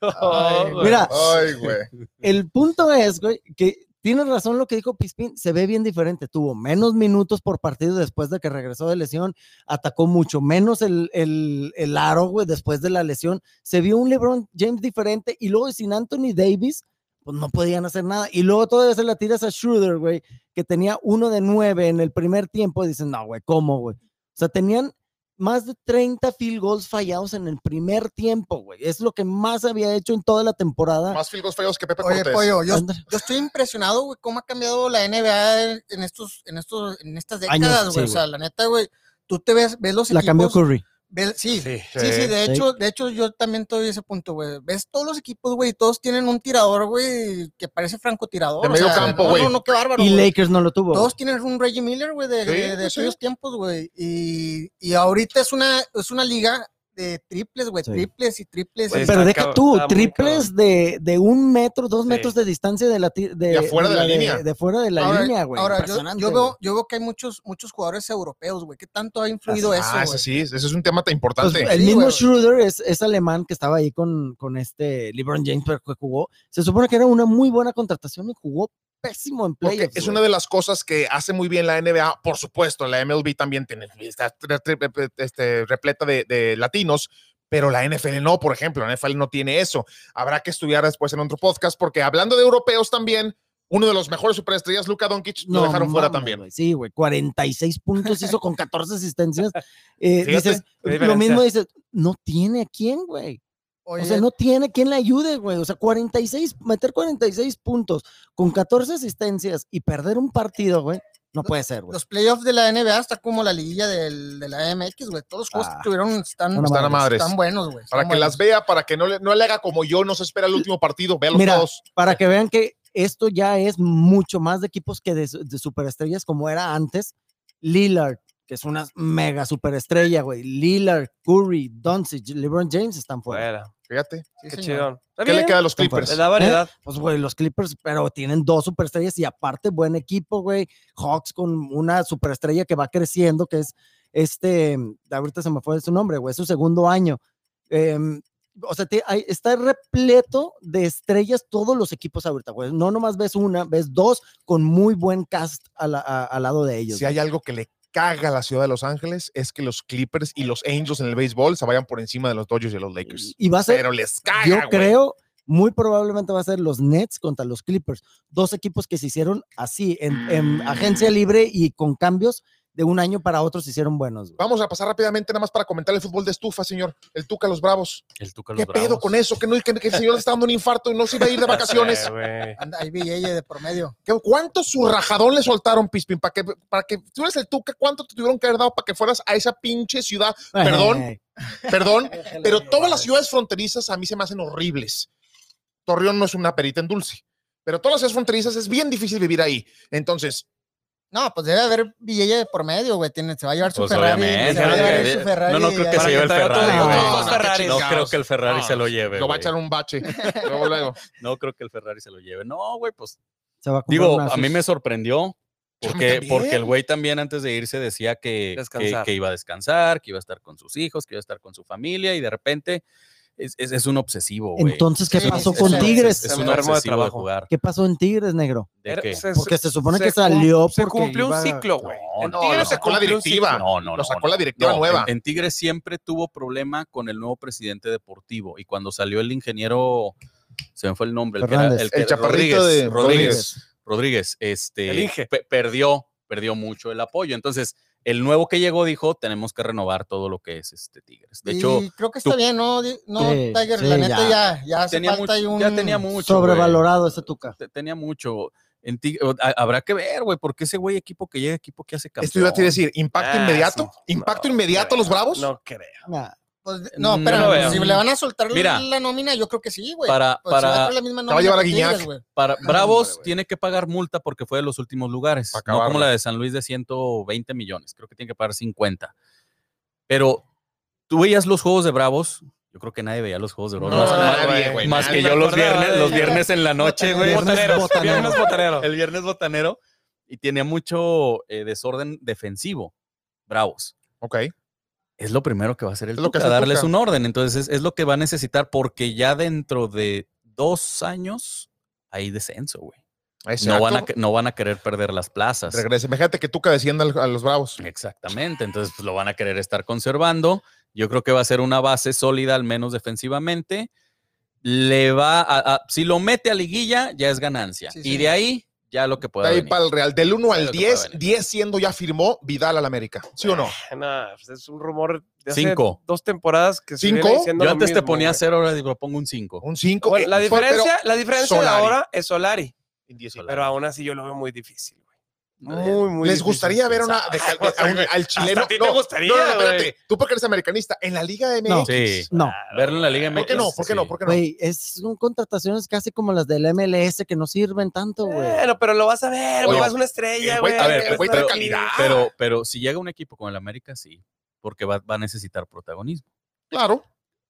Ay, güey. Mira, Ay, <laughs> güey. El punto es, güey, que tienes razón lo que dijo Pispín, se ve bien diferente. Tuvo menos minutos por partido después de que regresó de lesión, atacó mucho menos el, el, el aro, güey, después de la lesión. Se vio un LeBron James diferente y luego sin Anthony Davis, pues no podían hacer nada. Y luego todavía se la tiras a Schroeder, güey, que tenía uno de nueve en el primer tiempo. Y dicen, no, güey, ¿cómo, güey? O sea, tenían más de 30 field goals fallados en el primer tiempo, güey. Es lo que más había hecho en toda la temporada. Más field goals feos que Pepe Oye, Cortés. pollo, yo, Ándale. yo estoy impresionado, güey, cómo ha cambiado la NBA en- en estos, en estos, en estas Años, décadas, güey. sí, o sea, la neta, güey, tú te ves, ves los la cambió equipos. Curry. ve- sí, Sí, sí, sí, de Sí. hecho, de hecho, yo también estoy a ese punto, güey. Ves todos los equipos, güey, y todos tienen un tirador, güey, que parece francotirador. De o medio sea, campo, no, güey. No, no, qué bárbaro. Y güey. Lakers no lo tuvo. güey. Todos tienen un Reggie Miller, güey, de, Sí, de- de sí. aquellos tiempos, güey. Y, y ahorita es una, es una liga de triples, güey, Sí. triples y triples. Pues, Güey, y- Pero está deja cabrón, tú, está muy triples de, de un metro, dos metros de distancia de la ti- de, De afuera de la de, línea. de fuera de la ahora, línea, güey. ahora yo, Impresionante, yo, güey. veo, yo veo que hay muchos, muchos jugadores europeos, güey. ¿Qué tanto ha influido eso, Ah, güey? eso sí, eso es un tema tan Pues, importante. el Sí, mismo güey. Schroeder es, es alemán que estaba ahí con, con este LeBron James pero que jugó. Se supone que era una muy buena contratación y jugó pésimo en Porque playoffs. es güey. una de las cosas que hace muy bien la NBA, por supuesto, la MLB también tiene, está tre- tre- este, repleta de, de latinos, pero la NFL no, por ejemplo, la NFL no tiene eso. Habrá que estudiar después en otro podcast, porque hablando de europeos también, uno de los mejores superestrellas, Luka Doncic, lo dejaron fuera mames, también. güey. Sí, güey, 46 puntos hizo con 14 <laughs> asistencias. Eh, Fíjate, dices, la lo diferencia. mismo dices, no tiene a quién, güey. Oye, O sea, no tiene quien le ayude, güey. O sea, 46, meter 46 puntos con 14 asistencias y perder un partido, güey, no puede ser, güey. los playoffs de la NBA está como la liguilla del, de la MX, güey. Todos los juegos Ah, que tuvieron están, están a Están a madres. están buenos, güey. Para están que las buenos. vea, para que no le, no le haga como yo, no se espera el último partido, véalos Mira, todos. Para que vean que esto ya es mucho más de equipos que de, su- de superestrellas como era antes. Lillard, que es una mega superestrella, güey. Lillard, Curry, Doncic, LeBron James están fuera. Fuera, Fíjate, Sí, qué señor. chidón. Está ¿qué le bien, queda a los Están fuera. Clippers? Le da variedad. Pues, güey, los Clippers, pero tienen dos superestrellas y aparte buen equipo, güey. Hawks con una superestrella que va creciendo, que es este, ahorita se me fue su nombre, güey, es su segundo año. Em, o sea, te- hay- está repleto de estrellas todos los equipos ahorita, güey. No nomás ves una, ves dos con muy buen cast a la- a- al lado de ellos. Si hay algo que le caga a la ciudad de Los Ángeles, es que los Clippers y los Angels en el béisbol se vayan por encima de los Dodgers y los Lakers. y va a ser Pero les caga, Yo güey. creo, muy probablemente va a ser los Nets contra los Clippers. Dos equipos que se hicieron así, en, en agencia libre y con cambios de un año para otro se hicieron buenos. güey. Vamos a pasar rápidamente nada más para comentar el fútbol de estufa, señor. El Tuca los Bravos. El Tuca los ¿Qué pedo Bravos. con eso? Que, no, que, que el señor le está dando un infarto y no se iba a <laughs> ir de vacaciones. Eh, güey. Anda, Hay billete de promedio. ¿Qué- ¿Cuánto su rajadón le soltaron, Pispin? Para que, para que tú eres el Tuca, ¿cuánto te tuvieron que haber dado para que fueras a esa pinche ciudad? Perdón. Ay, Perdón, pero todas las ciudades fronterizas a mí se me hacen horribles. Torreón no es una perita en dulce. Pero todas las ciudades fronterizas es bien difícil vivir ahí. Entonces, No, pues debe haber billete de por medio, güey. tiene- Se va a llevar su Pues Ferrari. obviamente. se va a llevar su Ferrari No, no creo que ahí. se lleve el Para que traiga Ferrari, todos güey. los No, dos Ferraris. No creo que el Ferrari No, se lo lleve. lo va a güey. echar un bache. Luego, luego. No creo que el Ferrari se lo lleve. No, güey, pues. se va a comprar Digo, una a mí Asus. me sorprendió. Yo a mí Porque, también. porque el güey también antes de irse decía que, que- que, Descansar. iba a descansar, que iba a estar con sus hijos, que iba a estar con su familia y de repente es, es- es un obsesivo, güey. Entonces, ¿qué Sí, pasó sí, con sí, sí, Tigres? Es, es un Enfermo de obsesivo de, trabajo. jugar. ¿Qué pasó en Tigres, negro? de Era- que- se- Porque se supone que pues, se cum- salió se porque cumplió iba- un ciclo, güey. No, En no, Tigres lo se sacó la cumplió un directiva. ciclo. no, no, no. Lo sacó no. la directiva No, nueva. En, en Tigres siempre tuvo problema con el nuevo presidente deportivo y cuando salió el ingeniero, se me fue el nombre, el, que era- Fernández. que El era chaparrito de Rodríguez. Rodríguez, El este, Inge. pe- perdió, perdió mucho el apoyo. Entonces, el nuevo que llegó dijo, tenemos que renovar todo lo que es este Tigres. De hecho, y creo que está tú- bien, ¿no? Di- No, Sí, Tiger, sí, la neta ya, ya, hace tenía falta mucho, ahí un... ya tenía mucho. güey. Sobrevalorado ese Tuca. Te- Tenía mucho. En ti- o- a- habrá que ver, güey, porque ese güey equipo que llega, equipo que hace campeón. Esto iba a decir, impacto Ah, inmediato, sí. impacto No, inmediato a los creo, Bravos. No creo. Nah, Pues, no, Mm, pero no veo. si le van a soltar Mira. la nómina, yo creo que sí, güey. Para, Pues, si va a para, traer la misma va a llevar a nómina que Guiñac. Tigres, güey. para Bravos hombre, güey. tiene que pagar multa porque fue de los últimos lugares. Pa' No como acabarla. la de San Luis de 120 millones. Creo que tiene que pagar 50. Pero tú veías los juegos de Bravos. Yo creo que nadie veía los juegos de Bravos. No, más nadie, más- güey, más nadie. que yo los Me acordaba viernes, de- los viernes en la noche, güey. Viernes Botaneros, botanero. viernes botanero. El viernes botanero. Y tenía mucho eh, desorden defensivo. Bravos. Ok. es lo primero que va a hacer el Es lo que Tuca, hace el darles Tuca. un orden. Entonces es, es lo que va a necesitar porque ya dentro de dos años hay descenso, güey. No Exacto. van, a, que- no van a querer perder las plazas. Regrese. Fíjate que Tuca descienda al- a los Bravos. Exactamente, entonces pues, lo van a querer estar conservando. Yo creo que va a ser una base sólida, al menos defensivamente. Le va a, a- si lo mete a liguilla, ya es ganancia. Sí, y sí. de ahí, ya lo que pueda. De ahí venir. para el Real. Del 1 Claro al que puede 10, venir. 10 siendo ya firmó Vidal al América. ¿Sí o no? Nah, pues es un rumor de hace Cinco. dos temporadas que se ¿Cinco? viene diciendo Yo lo antes te mismo, ponía güey. cero, ahora digo, pongo un 5. Un 5. Bueno, la diferencia, la diferencia de Solari. ahora es Solari, pero Les aún así yo lo veo muy difícil. güey. Muy, muy difícil. gustaría ver una, de- Pensaba. a un- al chileno. a ti te no, gustaría, no, no, espérate. güey. Tú porque eres americanista. En la Liga de MX. No. Sí, no. verlo en la Liga ¿Por MX. qué no? ¿Por qué no? sí. ¿Por qué no? Güey, es un contrataciones casi como las del MLS que no sirven tanto, güey. Bueno, pero lo vas a ver, güey. Oye, Vas a una estrella, el güey. güey- a ver, vas el güey trae estar calidad. aquí. Pero, pero si llega un equipo con el América, sí, porque va, va a necesitar protagonismo. Claro.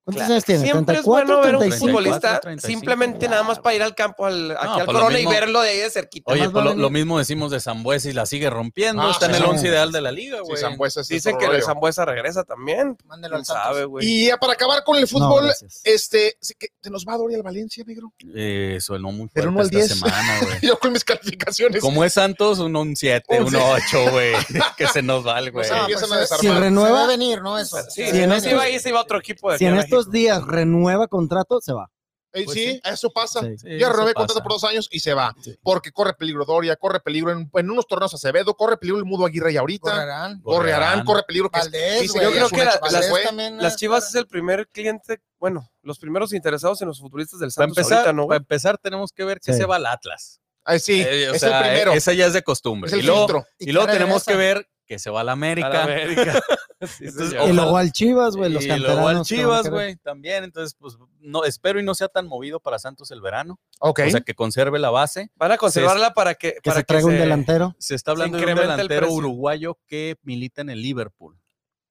¿Cuántos Claro, años tiene? Siempre es 34, bueno ver un 34, 35. futbolista 35, simplemente nada más para ir al campo, al, aquí al pues lo Corona y mismo. verlo de ahí de cerquita. Oye, más pues va a lo, venir- lo mismo decimos de Zambuesa y la sigue rompiendo. Ah, Está en sí, el sí. once ideal de la liga, Sí, güey. Zambuesa es Pues Dicen otro que el rollo. Zambuesa regresa también. Mándelo ¿Quién al Santos. sabe, güey? Y ya para acabar con el No, fútbol, gracias. este, sí que ¿te nos va a doler el Valencia, negro? <laughs> Eh, sonó muy Del fuerte uno al esta diez. semana, güey. Yo con mis calificaciones. Como es Santos, un 7, Un un 8, güey. <laughs> Que se nos vale, güey. se Ah, empiezan pues, a desarmar. se- Si Se va a renueva, venir, ¿no? Eso. Sí, Si si en no estos- se iba ahí, se iba a otro equipo de si aquí en este a estos México. días renueva contrato, se va. Eh, Pues sí, sí. eso pasa. Sí. Sí, Ya eso renové pasa. contrato por dos años y se va. Sí. Porque corre peligro Doria, corre peligro en, en unos torneos Acevedo, corre peligro el Mudo Aguirre ya ahorita. Correrán. Correarán, corre peligro que es- Valdés, dice güey. que Yo creo es un que la- hecho, las- Valdés, güey. también, Las eh, Chivas es el primer cliente, bueno, los primeros interesados en los futbolistas del Para Pues Santos empezar, ahorita, ¿no, para güey? empezar, tenemos que ver que Sí. se va al Atlas. Ah, sí, Eh, o es sea, el primero. Esa ya es de costumbre. es el y luego, filtro. y luego que tenemos regresa. que ver que se va al A América. la América. <laughs> Sí, Entonces, señor. Ojalá. Y luego al Chivas, güey, los y luego al canteranos. que van a Chivas, querer. güey, también. Entonces, pues, no, espero y no sea tan movido para Santos el verano. Ok. O sea, que conserve la base. Van a conservarla para que, Que para se traiga un delantero. Se está hablando de un incrementa el delantero precio. uruguayo que milita en el Liverpool.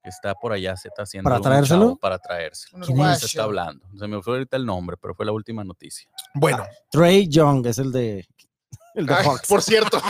Que está por allá, se está haciendo. ¿Para un traérselo? chavo Para traérselo. Un ¿Quién es? Se está uruguayo. hablando. Se me fue ahorita el nombre, pero fue la última noticia. bueno, Trey Young es el de. El de ay, Hawks. por <laughs> cierto,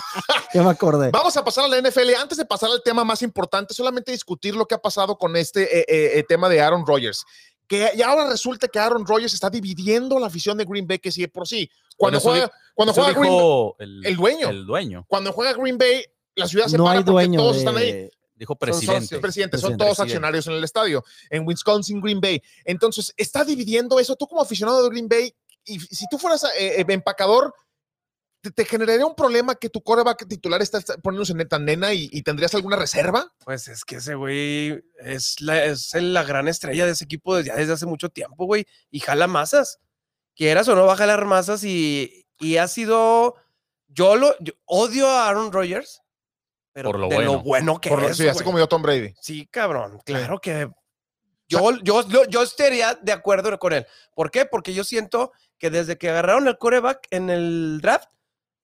Ya me acordé. vamos a pasar a la NFL. Antes de pasar al tema más importante, solamente discutir lo que ha pasado con este eh, eh, eh, tema de Aaron Rodgers. Que y ahora resulta que Aaron Rodgers está dividiendo la afición de Green Bay, que sí de por sí. Cuando Bueno, eso juega, cuando Eso juega Green Bay, dijo el, el dueño. el dueño. cuando juega Green Bay, la ciudad se No para hay porque dueño. todos de- están ahí. Dijo socios. presidente. presidente, son Presidente. todos Presidente. accionarios en el estadio, en Wisconsin, Green Bay. Entonces, está dividiendo eso. Tú como aficionado de Green Bay, y si tú fueras eh, eh, empacador, te, te generaría un problema que tu coreback titular está está poniéndose en tan nena y, y tendrías alguna reserva? Pues es que ese güey es la, es el- la gran estrella de ese equipo desde, ya desde hace mucho tiempo, güey. Y jala masas. Quieras o no, va a jalar masas y, y ha sido. Yo lo yo odio a Aaron Rodgers, pero Por lo de lo bueno. bueno que Por lo- es. sí, así güey. como yo, Tom Brady. Sí, cabrón, claro que yo, yo, yo, yo estaría de acuerdo con él. ¿Por qué? Porque yo siento que desde que agarraron al coreback en el draft,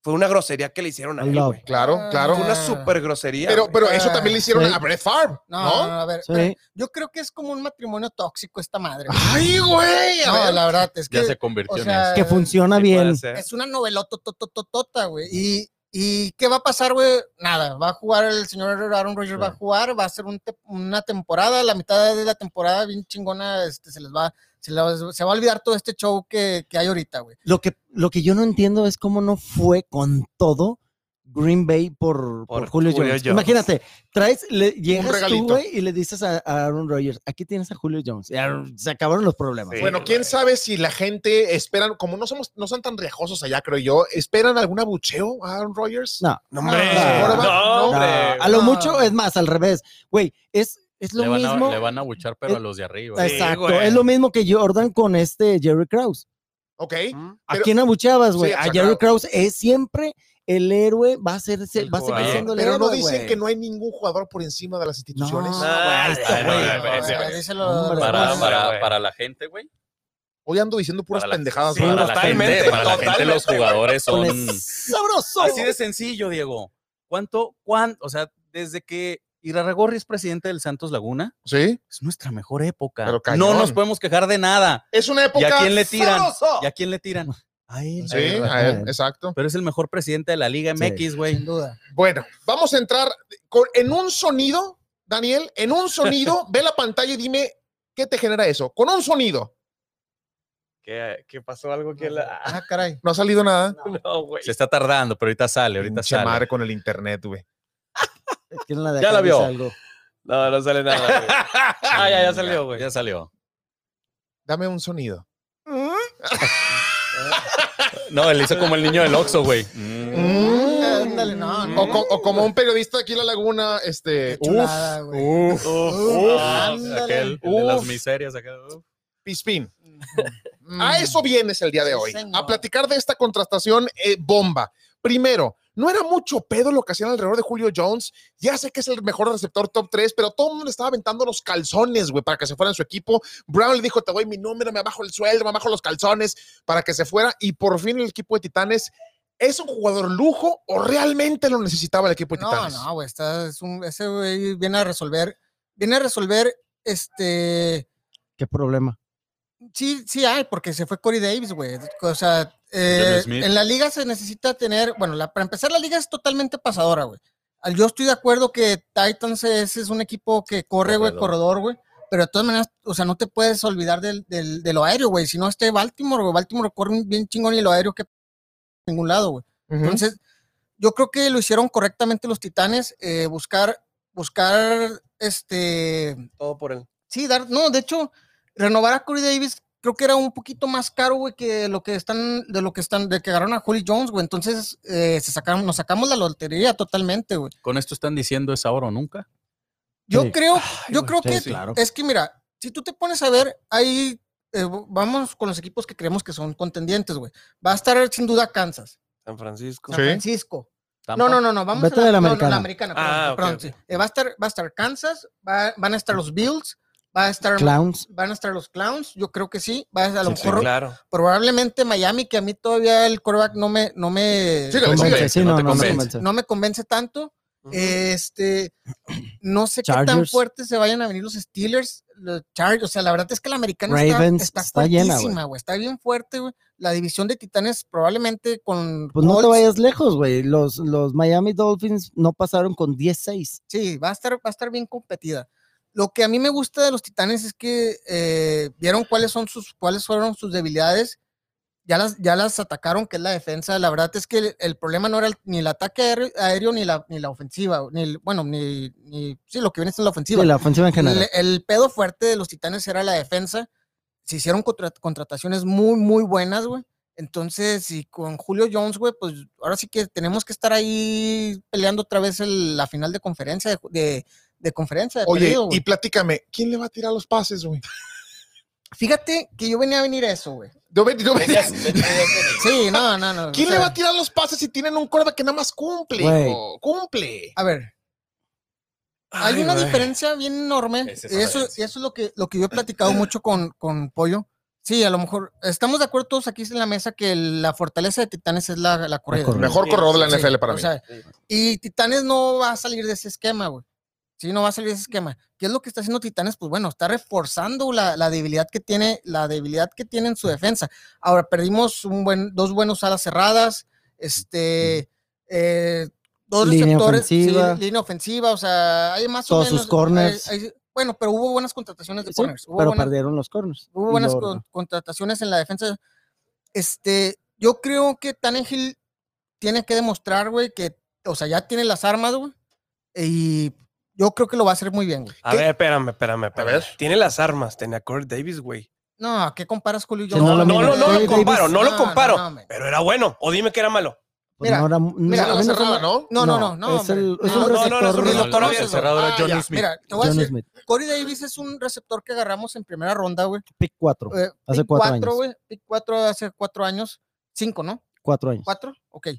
fue una grosería que le hicieron a I él, love. güey. Claro, Ah. claro. Fue una super grosería. Pero, pero eso Ah, también le hicieron sí. a Brett Favre, No, no, ¿no? no, a ver. Sí. espera. Yo creo que es como un matrimonio tóxico esta madre. güey. ¡Ay, güey! A Ah, No, ver, la verdad es Ya se que convirtió o en sea, eso. Que funciona bien. es una novelototototota, güey. Y, ¿Y qué va a pasar, güey? Nada, va a jugar el señor Aaron Rodgers, va a Claro. jugar, va a ser un te- una temporada, la mitad de la temporada bien chingona, este, se les va, se, les- se va a olvidar todo este show que, que hay ahorita, güey. Lo que, lo que yo no entiendo es cómo no fue con todo Green Bay por, por Por Julio, Julio Jones. Jones. Imagínate, traes, le, llegas tú, regalito. güey, y le dices a, a Aaron Rodgers, aquí tienes a Julio Jones. Y Aaron- se acabaron los problemas. Sí. Bueno, quién sabe si la gente esperan, como no somos, no son tan riajosos allá, creo yo, ¿esperan algún abucheo a Aaron Rodgers? No. No, hombre. Ah, No, no, No, hombre. a lo mucho, es más, al revés. Güey, es, es lo le, van mismo. a, le van a buchar, pero a los de arriba. Sí, Exacto, güey. es lo mismo que Jordan con este Jerry Krause. Ok. Mm. ¿A Pero- quién abucheabas, güey? Sí, a exacto. Jerry Krause es siempre el héroe, va a ser, se- El va a seguir jugador. siendo el Pero héroe. no dicen güey. que no hay ningún jugador por encima de las instituciones. No. Ah, ahí está, ay, güey. no, no, Ese, no, güey. Díselo Hombre, a Para, las Sí, para, güey. para la gente, güey. Hoy ando diciendo puras Para la- pendejadas. Sí, para raras. la gente, totalmente, para la gente los totalmente, jugadores Con son... el sabroso. Así de sencillo, Diego. ¿Cuánto, cuánto? O sea, desde que Irarragorri es presidente del Santos Laguna, Sí. es nuestra mejor época. Pero no cañón. nos podemos quejar de nada. Es una ¿Y época. a quién le tiran? ¡Sabroso! ¿Y a quién le tiran? A él. Sí, Ahí va, a él, ahí va. exacto. Pero es el mejor presidente de la Liga Sí. MX, güey. Sin duda. Bueno, vamos a entrar con- en un sonido, Daniel, en un <laughs> sonido, ve la pantalla y dime qué te genera eso. Con un sonido. ¿Qué, qué pasó algo que la... Ah, caray. No ha salido nada. No, güey. Se está tardando, pero ahorita sale, ahorita Pinche sale. madre con el internet, güey. ¿Quién la de Ya acá la dice vio. algo? No, no sale nada, güey. Ah, ya, ya salió, güey. Ya salió. Dame un sonido. No, él hizo como el niño del Oxxo, güey. Mm. Ándale, no, no. O, Mm. co- o como un periodista aquí en la laguna, este. Qué chulada, güey. eh, Uf, uf, ándale. aquel el de <laughs> las Uf. miserias. Aquel, uf. Pispín. Mm. Ah, A eso vienes el día de Sí, hoy. A señor. platicar de esta contratación eh, bomba. Primero, no era mucho pedo lo que hacían alrededor de Julio Jones. Ya sé que es el mejor receptor top 3, pero todo el mundo le estaba aventando los calzones, güey, para que se fuera en su equipo. Brown le dijo, te doy mi número, me bajo el sueldo, me bajo los calzones, para que se fuera. Y por fin el equipo de Titanes, ¿es un jugador lujo o realmente lo necesitaba el equipo de No, Titanes? no, güey, está, es un, ese güey viene a resolver, viene a resolver, este, ¿Qué problema? sí, sí hay, porque se fue Corey Davis, güey, o sea, eh, John Smith. en la liga se necesita tener, bueno, la- para empezar la liga es totalmente pasadora, güey. Al- Yo estoy de acuerdo que Titans es, es un equipo que corre, güey, corredor, güey. Pero de todas maneras, o sea, no te puedes olvidar del, del, de lo aéreo, güey. Si no, este Baltimore, güey. Baltimore corre un bien chingón y lo aéreo que ningún lado, güey. Ujú. Entonces, yo creo que lo hicieron correctamente los titanes, eh, buscar, buscar, este, Todo por él. sí, dar, no, de hecho, renovar a Corey Davis creo que era un poquito más caro, güey, que lo que están, de lo que están, de que agarraron a Julio Jones, güey. Entonces, eh, se sacaron, nos sacamos la lotería totalmente, güey. Con esto están diciendo es ahora o nunca. Yo Sí. creo, yo creo sí, que, sí. claro. es que mira, si tú te pones a ver, ahí eh, vamos con los equipos que creemos que son contendientes, güey. Va a estar sin duda Kansas, San Francisco. San Sí. Francisco, Tampa. No, no, no, no, vamos Vete a de la no, no, americana. perdón, Ah, ok, perdón, ok. sí. Eh, va, a estar, va a estar Kansas, va- van a estar los Bills, va a estar, Clowns. van a estar los Clowns, yo creo que sí. Va a, a lo Sí, sí, mejor Claro. probablemente Miami, que a mí todavía el coreback no me, no me, Sígale, Convence, sígale. sí, que no no, te no, no convence. convence. no me convence tanto. Este, no sé qué tan Chargers. fuertes se vayan a venir los Steelers, los Chargers. O sea, la verdad es que la americana Ravens, está, está, está llena, fuertísima, güey. Está bien fuerte, güey. La división de Titanes probablemente con Pues no te Colts, vayas lejos, güey. Los, los Miami Dolphins no pasaron con 10-6. Sí, va a estar, va a estar bien competida. Lo que a mí me gusta de los Titanes es que eh, vieron cuáles son sus, cuáles fueron sus debilidades, ya las, ya las atacaron, que es la defensa. La verdad es que el, el problema no era el- ni el ataque aéreo, aéreo, ni la, ni la ofensiva, ni el- bueno, ni, ni- sí, lo que viene siendo la ofensiva. Sí, la ofensiva en general. el, el pedo fuerte de los Titanes era la defensa. Se hicieron contra- contrataciones muy, muy buenas, güey. Entonces, y con Julio Jones, güey, pues ahora sí que tenemos que estar ahí peleando otra vez el- la final de conferencia, de, de- de conferencia. de Oye, perdido, güey. y platícame, ¿quién le va a tirar los pases, güey? fíjate que yo venía a venir a eso, güey. Yo ve- Pues yo ve- Sí, no, no, no. o ¿Quién le sea, va a tirar los pases si tienen un quarterback que nada más cumple? Güey. hijo? Cumple. a ver, hay Ay, una güey. diferencia bien enorme. Es esa y eso, diferencia. y eso es lo que, lo que yo he platicado mucho con, con Pollo. Sí, a lo mejor estamos de acuerdo todos aquí en la mesa que el- la fortaleza de Titanes es la, la corrida. corrida. Mejor corredor de la Sí, NFL para o mí. sea, y Titanes no va a salir de ese esquema, güey. Sí, no va a salir de ese esquema. ¿Qué es lo que está haciendo Titanes? Pues bueno, está reforzando la, la debilidad que tiene, la debilidad que tiene en su defensa. Ahora perdimos un buen, dos buenos alas cerradas, este, eh, dos Línea receptores, sí, ofensiva. línea ofensiva, o sea, hay más Todos o sus menos. corners. hay- hay- bueno, pero hubo buenas contrataciones de Sí, corners. hubo pero buenas- perdieron los corners. hubo Y buenas lo- con- contrataciones en la defensa. Este, yo creo que Tannehill tiene que demostrar, güey, que o sea, ya tiene las armas, güey. Y yo creo que lo va a hacer muy bien, güey. A ¿Qué? ver, espérame, espérame, espérame. ver. Tiene las armas, tenía a Corey Davis, güey. No, ¿a ¿qué comparas Julio No, No, no, lo no, mismo. no, Corey lo Davis- comparo, no lo no, comparo. no, man. pero era bueno, o dime que era malo. Pues no, Mira, ahora- mira, no, Ala a mí no cerrada, se me- ¿no? no, no, no, no, es, el- hombre. es un no, No, no, receptor. no, es un John receptor No, no, abierto. el cerrado era Ah, Johnny ya, Smith. Mira, te voy a decir, Smith, Corey Davis es un receptor que agarramos en primera ronda, güey. pick 4. Eh, Hace pick cuatro cuatro, años. güey, pick cuatro hace cuatro años. Cinco, ¿no? 4 años. ¿Cuatro? Ok.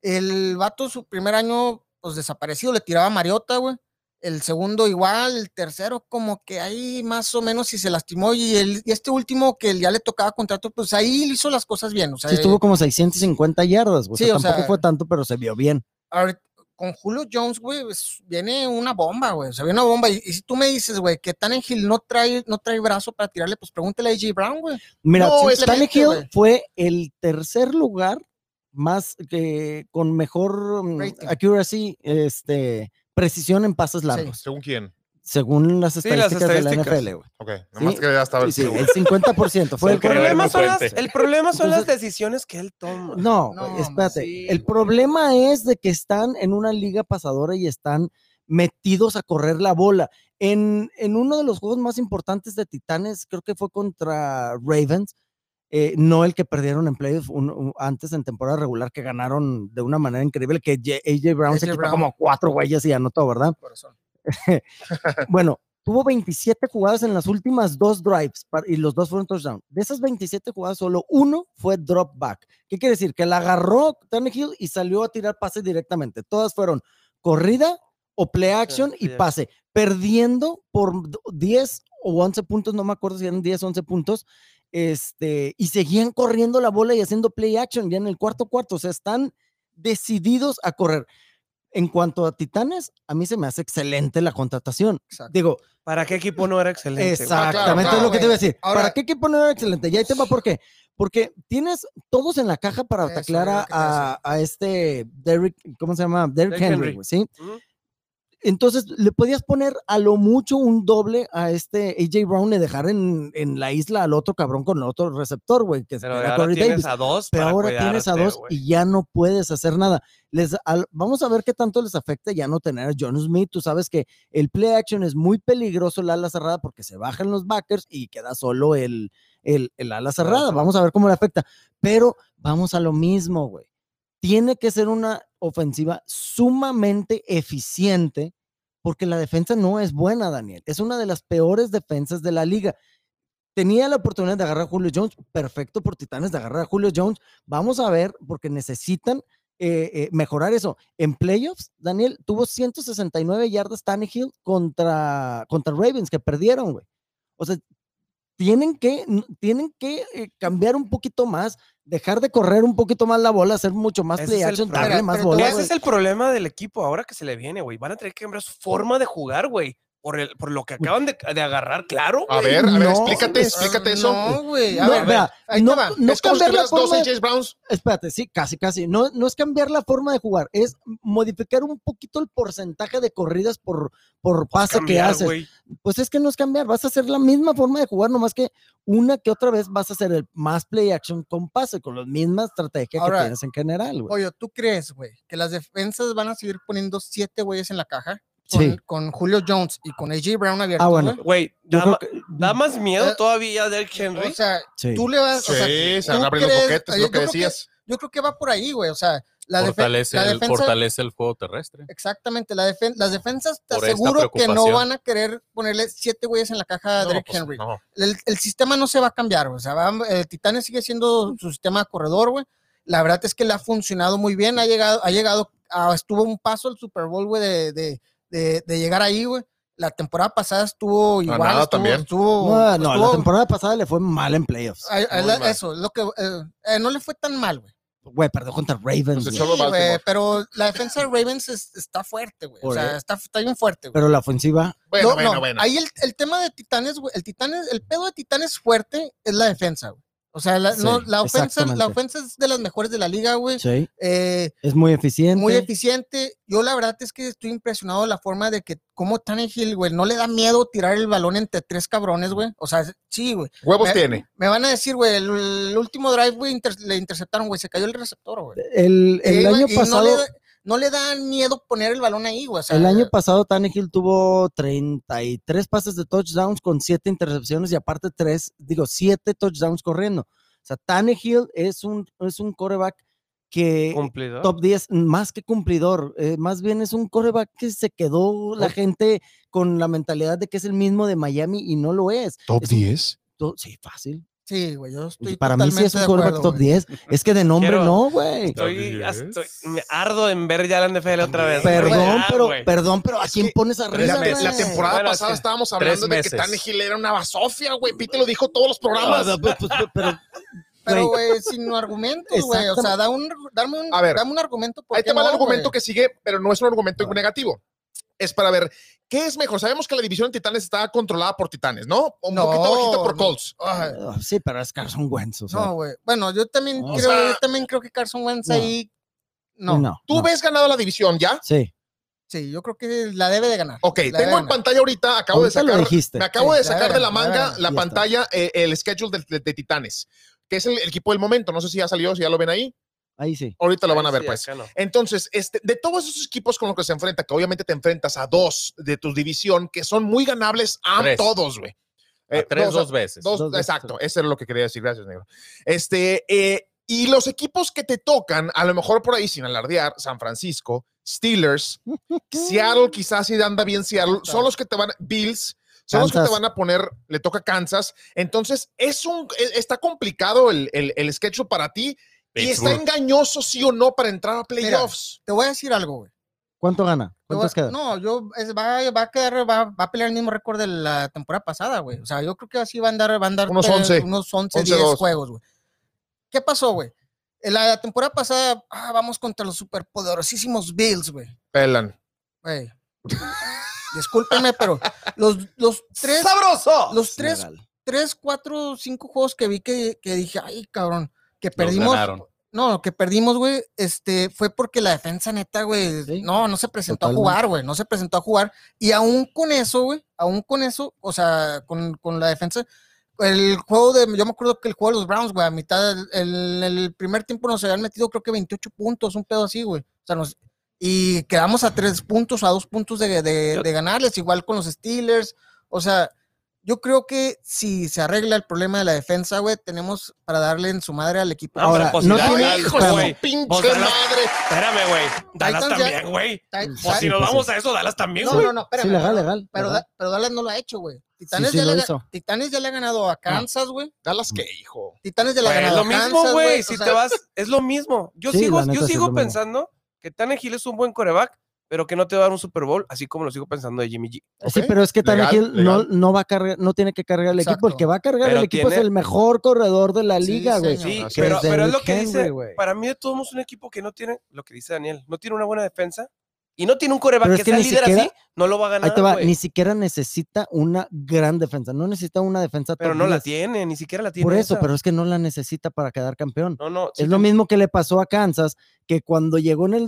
El vato, su primer año, pues desaparecido, le tiraba a Mariota, güey. El segundo igual, el tercero como que ahí más o menos si se lastimó y, el, y este último que ya le tocaba contrato, pues ahí hizo las cosas bien. O sea, Sí, estuvo como 650 yardas, güey. O sea, Sí, o tampoco sea- fue tanto, pero se vio bien. eh, ahorita- con Julio Jones, güey, pues, viene una bomba, güey. O sea, viene una bomba. Y, y si tú me dices, güey, que Tannehill no trae, no trae brazo para tirarle, pues pregúntale a AJ Brown, güey. Mira, No, si- simplemente, Tannehill güey. fue el tercer lugar más que con mejor mm, Rating. accuracy, este, precisión en pases largos, ¿Según quién? según las Sí, las estadísticas, de la estadísticas. NFL, güey. Ok, nomás Sí, que ya estaba Sí, sí, seguro. el 50% fue el Pues, El problema, problema. son las, Frecuente. el problema son las Entonces- decisiones que él toma. No, No, güey, espérate. sí, el güey. problema es de que están en una liga pasadora y están metidos a correr la bola. En, en uno de los juegos más importantes de Titanes, creo que fue contra Ravens, eh, no el que perdieron en playoffs un- un- antes en temporada regular, que ganaron de una manera increíble, que Ye- AJ Brown se A.J. quitó Brown. como cuatro güeyes y anotó, ¿verdad? Corazón. Bueno, tuvo 27 jugadas en las últimas dos drives par- y los dos fueron touchdown. De esas 27 jugadas, solo uno fue drop back. ¿Qué quiere decir? Que la agarró Tannehill y salió a tirar pase directamente. Todas fueron corrida o play action y play action. pase, perdiendo por d- 10 o 11 puntos, no me acuerdo si eran 10 o 11 puntos. Este, y seguían corriendo la bola y haciendo play action ya en el cuarto cuarto, o sea, están decididos a correr. En cuanto a Titanes, a mí se me hace excelente la contratación. Exacto. Digo, ¿Para qué equipo no era excelente? Ah, güey? Ah, Exactamente claro, es lo que te iba a decir. Ahora- ¿Para qué equipo no era excelente? Y ahí te va por qué. Porque tienes todos en la caja para Eso, taclear era a, lo que te iba a a- a este Derrick, ¿cómo se llama? Derrick Derrick Henry, Henry. güey, ¿sí? Ujú. Entonces le podías poner a lo mucho un doble a este AJ Brown y dejar en, en la isla al otro cabrón con otro receptor, güey, que Pero era ahora Corey tienes Davis. a dos. Pero para ahora tienes a cuidarte, dos güey. y ya no puedes hacer nada. Les, al- vamos a ver qué tanto les afecta ya no tener a John Smith. Tú sabes que el play action es muy peligroso, el ala cerrada, porque se bajan los backers y queda solo el, el, el ala cerrada. Vamos a ver cómo le afecta. Pero vamos a lo mismo, güey. Tiene que ser una ofensiva sumamente eficiente porque la defensa no es buena, Daniel. Es una de las peores defensas de la liga. Tenía la oportunidad de agarrar a Julio Jones, perfecto por Titanes de agarrar a Julio Jones. Vamos a ver, porque necesitan eh, eh, mejorar eso. En playoffs, Daniel tuvo 169 yardas Tannehill contra, contra Ravens, que perdieron, güey. O sea, tienen que, n- tienen que eh, cambiar un poquito más, dejar de correr un poquito más la bola, hacer mucho más Ese play es el action, problema. darle más Pero te voy a bola. Ese güey. es el problema del equipo ahora que se le viene, güey. Van a tener que cambiar su forma de jugar, güey. Por, el, por lo que acaban de, de agarrar, claro. A ver, a ver, No, explícate, es- explícate Ah, eso. No, güey. A No, ver, vea, ahí te no- va. no es como si cambiar la tuvieras dos forma de- AJ Browns. Espérate, sí, casi, casi. No, no es cambiar la forma de jugar, es modificar un poquito el porcentaje de corridas por, por pase que Cambiar, haces. güey. Pues es que no es cambiar, vas a hacer la misma forma de jugar, nomás que una que otra vez vas a hacer el más play action con pase, con la misma estrategia que Ahora, tienes en general, güey. Oye, ¿tú crees, güey, que las defensas van a seguir poniendo siete güeyes en la caja? Con, Sí. con Julio Jones y con AJ Brown abierto. Ah, bueno. Güey, Yo da, creo ma- que- da más miedo Eh, todavía a Derrick Henry. O sea, sí. tú le vas. Sí, o sea, se ¿tú van abriendo crees- coquetes, yo lo que creo decías. Yo creo que va por ahí, güey. O sea, la, defe- Fortalece, la el, defensa. fortalece el juego terrestre. Exactamente, la defen- las defensas te Por esta aseguro que no preocupación. van a querer ponerle siete güeyes en la caja a No, Derrick pues, Henry. no. el, el sistema no se va a cambiar, o sea, va, el Titanes sigue siendo su sistema corredor, güey. La verdad es que le ha funcionado muy bien, ha llegado, ha llegado, a- estuvo un paso al Super Bowl, güey, de, de, de- de llegar ahí, güey. La temporada pasada estuvo igual, nada estuvo, también. estuvo, No, no, la estuvo- Ah. temporada pasada le fue mal en playoffs. a- a- Muy la- mal. eso, lo que eh, eh, no le fue tan mal, güey. Güey, perdió contra Ravens, Nos güey, echó- Solo Sí, güey, Baltimore. pero la defensa de Ravens es- está fuerte, güey. O Por sea, eso. está, está bien fuerte, güey. pero la ofensiva, Bueno, No, bueno, no, bueno. Ahí el, el tema de Titanes, güey, el Titanes, el pedo de Titanes fuerte es la defensa, güey. O sea, la, no, Sí, la ofensa, la exactamente. ofensa es de las mejores de la liga, güey. sí, Eh, es muy eficiente. muy eficiente. Yo la verdad es que estoy impresionado de la forma de que como Tannehill, güey, no le da miedo tirar el balón entre tres cabrones, güey. O sea, sí, güey. Huevos me- tiene. Me van a decir, güey, el, el último drive, güey, inter- le interceptaron, güey, se cayó el receptor, güey. El, el Eh, año y no le pasado, da- no le da miedo poner el balón ahí, güey. o sea, El año pasado Tannehill tuvo 33 pases de touchdowns con 7 intercepciones y aparte 3, digo, 7 touchdowns corriendo. O sea, Tannehill es un, es un coreback que Cumplidor. top 10, más que cumplidor, eh, más bien es un coreback que se quedó la gente con la mentalidad de que es el mismo de Miami y no lo es. Top Es un- 10. to- sí, fácil. Sí, güey, yo estoy Para mí sí es totalmente un de coreback acuerdo, top güey. 10. Es que de nombre Quiero- no, güey. Estoy, Yes. estoy- me ardo en ver ya la NFL otra vez. Perdón, Ah, pero, güey. perdón, pero ¿a Es quién que pones arriba? La, güey? la temporada Bueno, es pasada que estábamos tres hablando de que meses. Tannehill era una basofia, güey. Pete lo dijo todos los programas. No, no, pues, pues, pero- Pero, güey, güey, sin argumentos, güey. O sea, da un, dame, un, A ver, dame un argumento. por Ahí qué te va el no, argumento güey. que sigue, pero no es un argumento negativo. Es para ver qué es mejor. Sabemos que la división de Titanes está controlada por Titanes, ¿no? Un No, poquito bajito por no. Colts. Ay, ah, Sí, pero es Carson Wentz, o sea, no, güey. Bueno, yo también, O creo, sea, yo también creo que Carson Wentz no. ahí. No, no, ¿Tú no. ves ganada la división ya? Sí, sí, yo creo que la debe de ganar. Ok, La tengo debe en ganar. pantalla ahorita, acabo de ahorita lo sacar, dijiste. me acabo Sí, de la sacar de la verga, la manga verga, la ya pantalla, eh, el schedule de, de- de Titanes, que es el, el equipo del momento. No sé si ya salió, si ya lo ven ahí. Ahí sí. Ahorita lo van a Ay, ver, sí, pues. acá no. Entonces, este, de todos esos equipos con los que se enfrenta, que obviamente te enfrentas a dos de tu división, que son muy ganables a Tres. todos, güey. A Eh, tres, no, o sea, dos veces. Dos, Dos veces. exacto, eso era lo que quería decir, gracias, negro. Este, eh, y los equipos que te tocan, a lo mejor por ahí sin alardear, San Francisco, <laughs> Steelers, Seattle, quizás si anda bien Seattle, son los que te van, Bills, son los que Kansas. te van a poner, le toca Kansas. Entonces, es un, e- está complicado el, el, el sketch para ti y está Pittsburgh. engañoso, sí o no, para entrar a playoffs. Te voy a decir algo, güey. ¿Cuánto gana? Te ¿Cuántos voy a- quedan? No, yo es- va, va a quedar, va, va a pelear el mismo récord de la temporada pasada, güey. O sea, yo creo que así van a andar, va a andar Unos pe- 11, unos 11, 11, 10 12. juegos, güey. ¿Qué pasó, güey? En la temporada pasada, ah, vamos contra los superpoderosísimos Bills, güey. Pelan. Güey. Discúlpenme, pero los, los tres, ¡Sabroso! los tres, Legal. tres, cuatro, cinco juegos que vi que, que dije, ay, cabrón, que Los perdimos. ganaron. No, que perdimos, güey, este, fue porque la defensa neta, güey, Sí, no, no se presentó totalmente. a jugar, güey, no se presentó a jugar. Y aún con eso, güey, aún con eso, o sea, con, con la defensa, el juego de, yo me acuerdo que el juego de los Browns, güey, a mitad, del- el, el primer tiempo nos habían metido creo que 28 puntos, un pedo así, güey. O sea, nos, y quedamos a tres puntos, a dos puntos de, de- Yo- de ganarles, igual con los Steelers, o sea... Yo creo que si se arregla el problema de la defensa, güey, tenemos para darle en su madre al equipo. Hombre, Ahora, pues, no si tiene- Dallas, ¡Hijo espérame. de güey. su pinche Pues, Dallas- madre! Espérame, güey. Dallas Titans ya- también, güey. Tai- Sí, Pues si nos pues, vamos sí. a eso, Dallas también, No, güey. no, no, espérame. sí, legal, no, no. legal. Pero, legal. Da- pero Dallas no lo ha hecho, güey. Titanes, sí, ya lo le ga- hizo. Ah. Titanes ya le ha ganado a Kansas, güey. Dallas, ¿qué, hijo? Titanes ya le ha Güey, es ganado lo a Kansas. mismo, güey. o Si sea, te vas, es lo mismo. Yo Sí, sigo, la neta yo sí es sigo lo mismo. pensando que Tannehill es un buen coreback, pero que no te va a dar un Super Bowl, así como lo sigo pensando de Jimmy G. Sí, Ok, pero es que legal, Tannehill no, legal. no va a cargar, no tiene que cargar el equipo. El Exacto. que va a cargar Pero el equipo es tiene- el mejor corredor de la Sí, liga, güey. señor. Sí, así pero, es. pero es lo Derrick que Henry, dice. güey. Para mí, de todos modos, un equipo que no tiene lo que dice Daniel, no tiene una buena defensa y no tiene un coreback Pero que, es que sea ni líder siquiera- así, no lo va a ganar. Ahí te va, güey. ni siquiera necesita una gran defensa. No necesita una defensa pero top no la 10. tiene, ni siquiera la tiene. Por eso, esa. pero es que no la necesita para quedar campeón. No, no. sí es lo te- mismo que le pasó a Kansas, que cuando llegó en el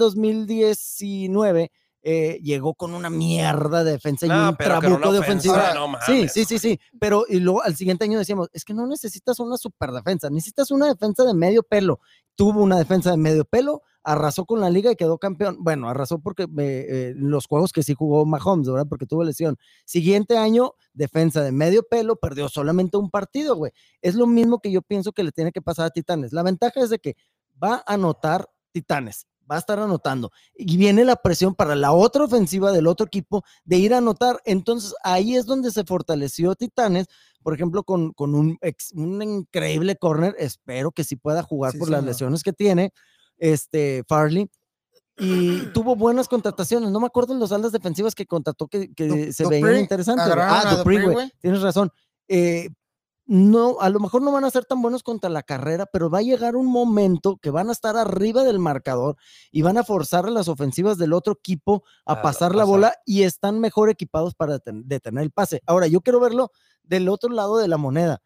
2019, eh, llegó con una mierda de defensa y No, un pero con una trabuco de ofensiva, ofensiva. no mames, sí, sí, sí, sí. Pero y luego al siguiente año decíamos, es que no necesitas una super defensa, necesitas una defensa de medio pelo. Tuvo una defensa de medio pelo, arrasó con la liga y quedó campeón. Bueno, arrasó porque eh, eh, los juegos que sí jugó Mahomes, ¿verdad? Porque tuvo lesión. Siguiente año, defensa de medio pelo, perdió solamente un partido, güey. Es lo mismo que yo pienso que le tiene que pasar a Titanes. La ventaja es de que va a anotar Titanes, va a estar anotando. Y viene la presión para la otra ofensiva del otro equipo de ir a anotar. Entonces ahí es donde se fortaleció Titanes, por ejemplo, con, con un, ex- un increíble corner. Espero que sí pueda jugar Sí, por las señor. lesiones que tiene este Farley. Y tuvo buenas contrataciones. No me acuerdo en los alas defensivas que contrató que, que Du- se Dupree, veían interesantes. güey. agarraron Ah, a Dupree, Dupree, güey. güey. Tienes razón. Eh, no, a lo mejor no van a ser tan buenos contra la carrera, pero va a llegar un momento que van a estar arriba del marcador y van a forzar a las ofensivas del otro equipo a A pasar la pasar. bola y están mejor equipados para deten- detener el pase. Ahora, yo quiero verlo del otro lado de la moneda.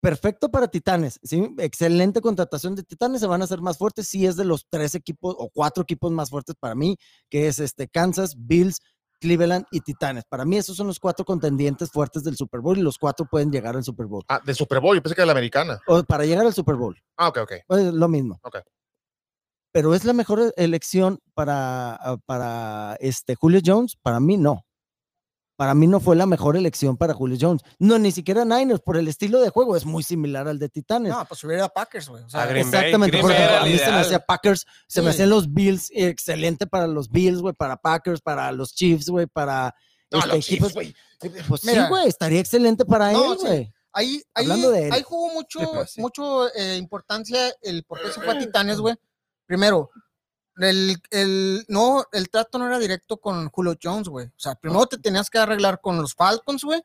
Perfecto para Titanes, ¿sí? excelente contratación de Titanes, se van a hacer más fuertes si es de los tres equipos o cuatro equipos más fuertes para mí, que es este Kansas, Bills, Cleveland y Titanes. Para mí esos son los cuatro contendientes fuertes del Super Bowl y los cuatro pueden llegar al Super Bowl. Ah, de Super Bowl, yo pensé que era la americana. O para llegar al Super Bowl. Ah, ok, ok. Pues, es lo mismo. Ok. pero es la mejor elección para, ah, para este Julio Jones. Para mí no. Para mí no fue la mejor elección para Julio Jones. No, ni siquiera Niners, por el estilo de juego. Es muy similar al de Titanes. No, pues hubiera ido a Packers, güey. O sea, A Green Bay, Exactamente, Green por Bay ejemplo, era a el mí se me ideal. hacía Packers, se me Sí. hacían los Bills, excelente para los Bills, güey, para Packers, para los Chiefs, güey, para No, este, los Chiefs, equipos. güey. Pues Mira. sí, güey, estaría excelente para No, él, sí. güey. ahí, ahí, Hablando de él. ahí jugó mucho, pues, sí. mucho eh, importancia el por qué se fue a Titanes, güey. Primero, el, el, no, el trato no era directo con Julio Jones, güey. O sea, primero te tenías que arreglar con los Falcons, güey.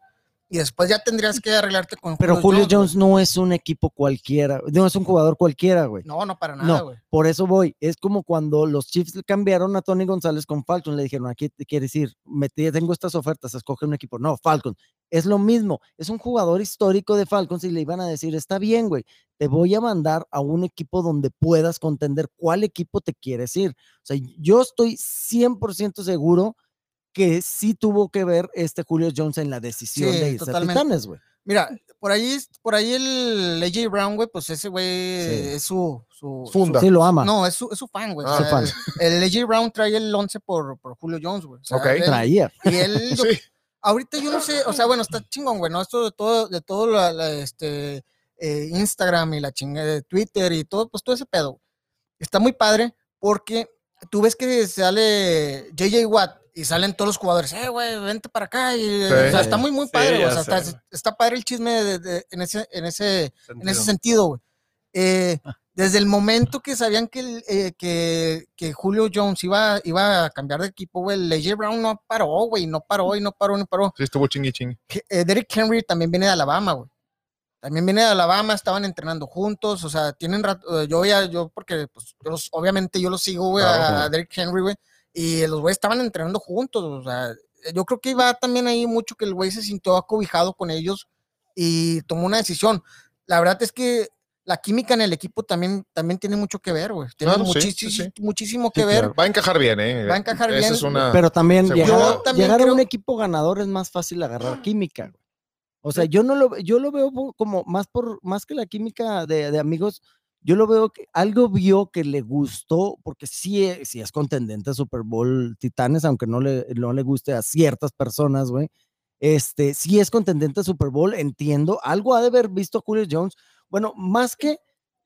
Y después ya tendrías que arreglarte con Pero Julio güey. Jones no es un equipo cualquiera, no es un jugador cualquiera, güey. No, no para nada, No, güey. por eso voy. Es como cuando los Chiefs le cambiaron a Tony González con Falcon. Le dijeron, aquí te quieres ir, me- te- tengo estas ofertas, escoge un equipo. No, Falcon. Es lo mismo. Es un jugador histórico de Falcons y le iban a decir, está bien, güey, te voy a mandar a un equipo donde puedas contender cuál equipo te quieres ir. O sea, yo estoy 100% seguro que sí tuvo que ver este Julio Jones en la decisión Sí, de irse a totalmente. Titanes, güey. Mira, por ahí, por ahí el AJ Brown, güey, pues ese güey es su, su, su- Funda. Sí, lo ama. no, eh, es su, es su fan, güey. O Ah, sea, fan. El AJ Brown trae el 11 por, por Julio Jones, güey. O sea, Ok. él- Traía. y él, yo Sí. Ahorita yo no sé, o sea, bueno, está chingón, güey, ¿no? Esto de todo, de todo la, la, este, eh, Instagram y la chingada de Twitter y todo, pues todo ese pedo. Está muy padre porque tú ves que sale JJ Watt y salen todos los jugadores, eh, güey, vente para acá. Y, eh, O sea, está muy, muy Sí, padre, güey, ya o sea, sé. está, está padre el chisme de- de- en, ese, en, ese, en Sentido. ese sentido, güey. Eh, desde el momento que sabían que, el, eh, que, que Julio Jones iba, iba a cambiar de equipo, güey, el AJ Brown no paró, güey, no paró y no paró, no paró. Sí, estuvo chingui chingui. He- eh, Derrick Henry también viene de Alabama, güey. También viene de Alabama, estaban entrenando juntos, o sea, tienen rato, eh, yo ya, yo porque, pues, yo los- obviamente yo los sigo, güey, Claro, a, claro. a Derrick Henry, güey, y los güeyes estaban entrenando juntos, o sea, yo creo que iba también ahí mucho que el güey se sintió acobijado con ellos y tomó una decisión. La verdad es que la química en el equipo también, también tiene mucho que ver, güey. Tiene Claro, sí, muchis- sí, sí. muchísimo que Sí, ver. claro. Va a encajar bien, ¿eh? Va a encajar Esa bien. es una- Pero también Seguro. llegar, a- Ah, Yo también llegar a un creo- Ah. equipo ganador es más fácil agarrar química. güey. O sea, yo no lo yo lo veo po- como más por más que la química de, de amigos, yo lo veo que algo vio que le gustó porque sí es, sí es contendente a Super Bowl Titanes, aunque no le no le guste a ciertas personas, güey. Este, sí es contendente a Super Bowl, entiendo, algo ha de haber visto a Julio Jones. Bueno, más que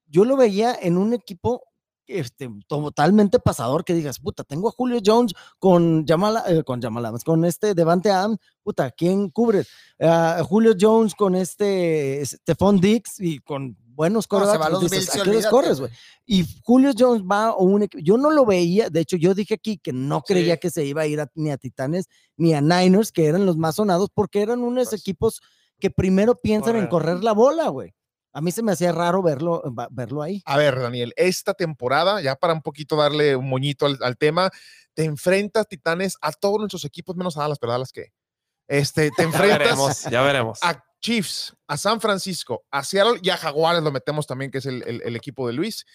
yo lo veía en un equipo este, totalmente pasador que digas, puta, tengo a Julio Jones con Jamal, eh, con Jamal Adams, con este Devante Adams, puta, ¿quién cubre? Ah, Julio Jones con este Stephon Dix y con buenos No, se corredores. va a los Bills y olvídate, corres, güey. güey? Y Julio Jones va a un equipo, yo no lo veía, de hecho yo dije aquí que no creía Sí. que se iba a ir a- ni a Titanes ni a Niners, que eran los más sonados, porque eran unos Pues equipos que primero piensan en Correr. correr la bola, güey. A mí se me hacía raro verlo, va- verlo ahí. A ver, Daniel, esta temporada, ya para un poquito darle un moñito al, al tema, te enfrentas, Titanes, a todos nuestros equipos, menos a las pero las que. Este, te Ya enfrentas veremos, ya veremos. a Chiefs, a San Francisco, a Seattle y a Jaguares, lo metemos también, que es el, el- el equipo de Luis.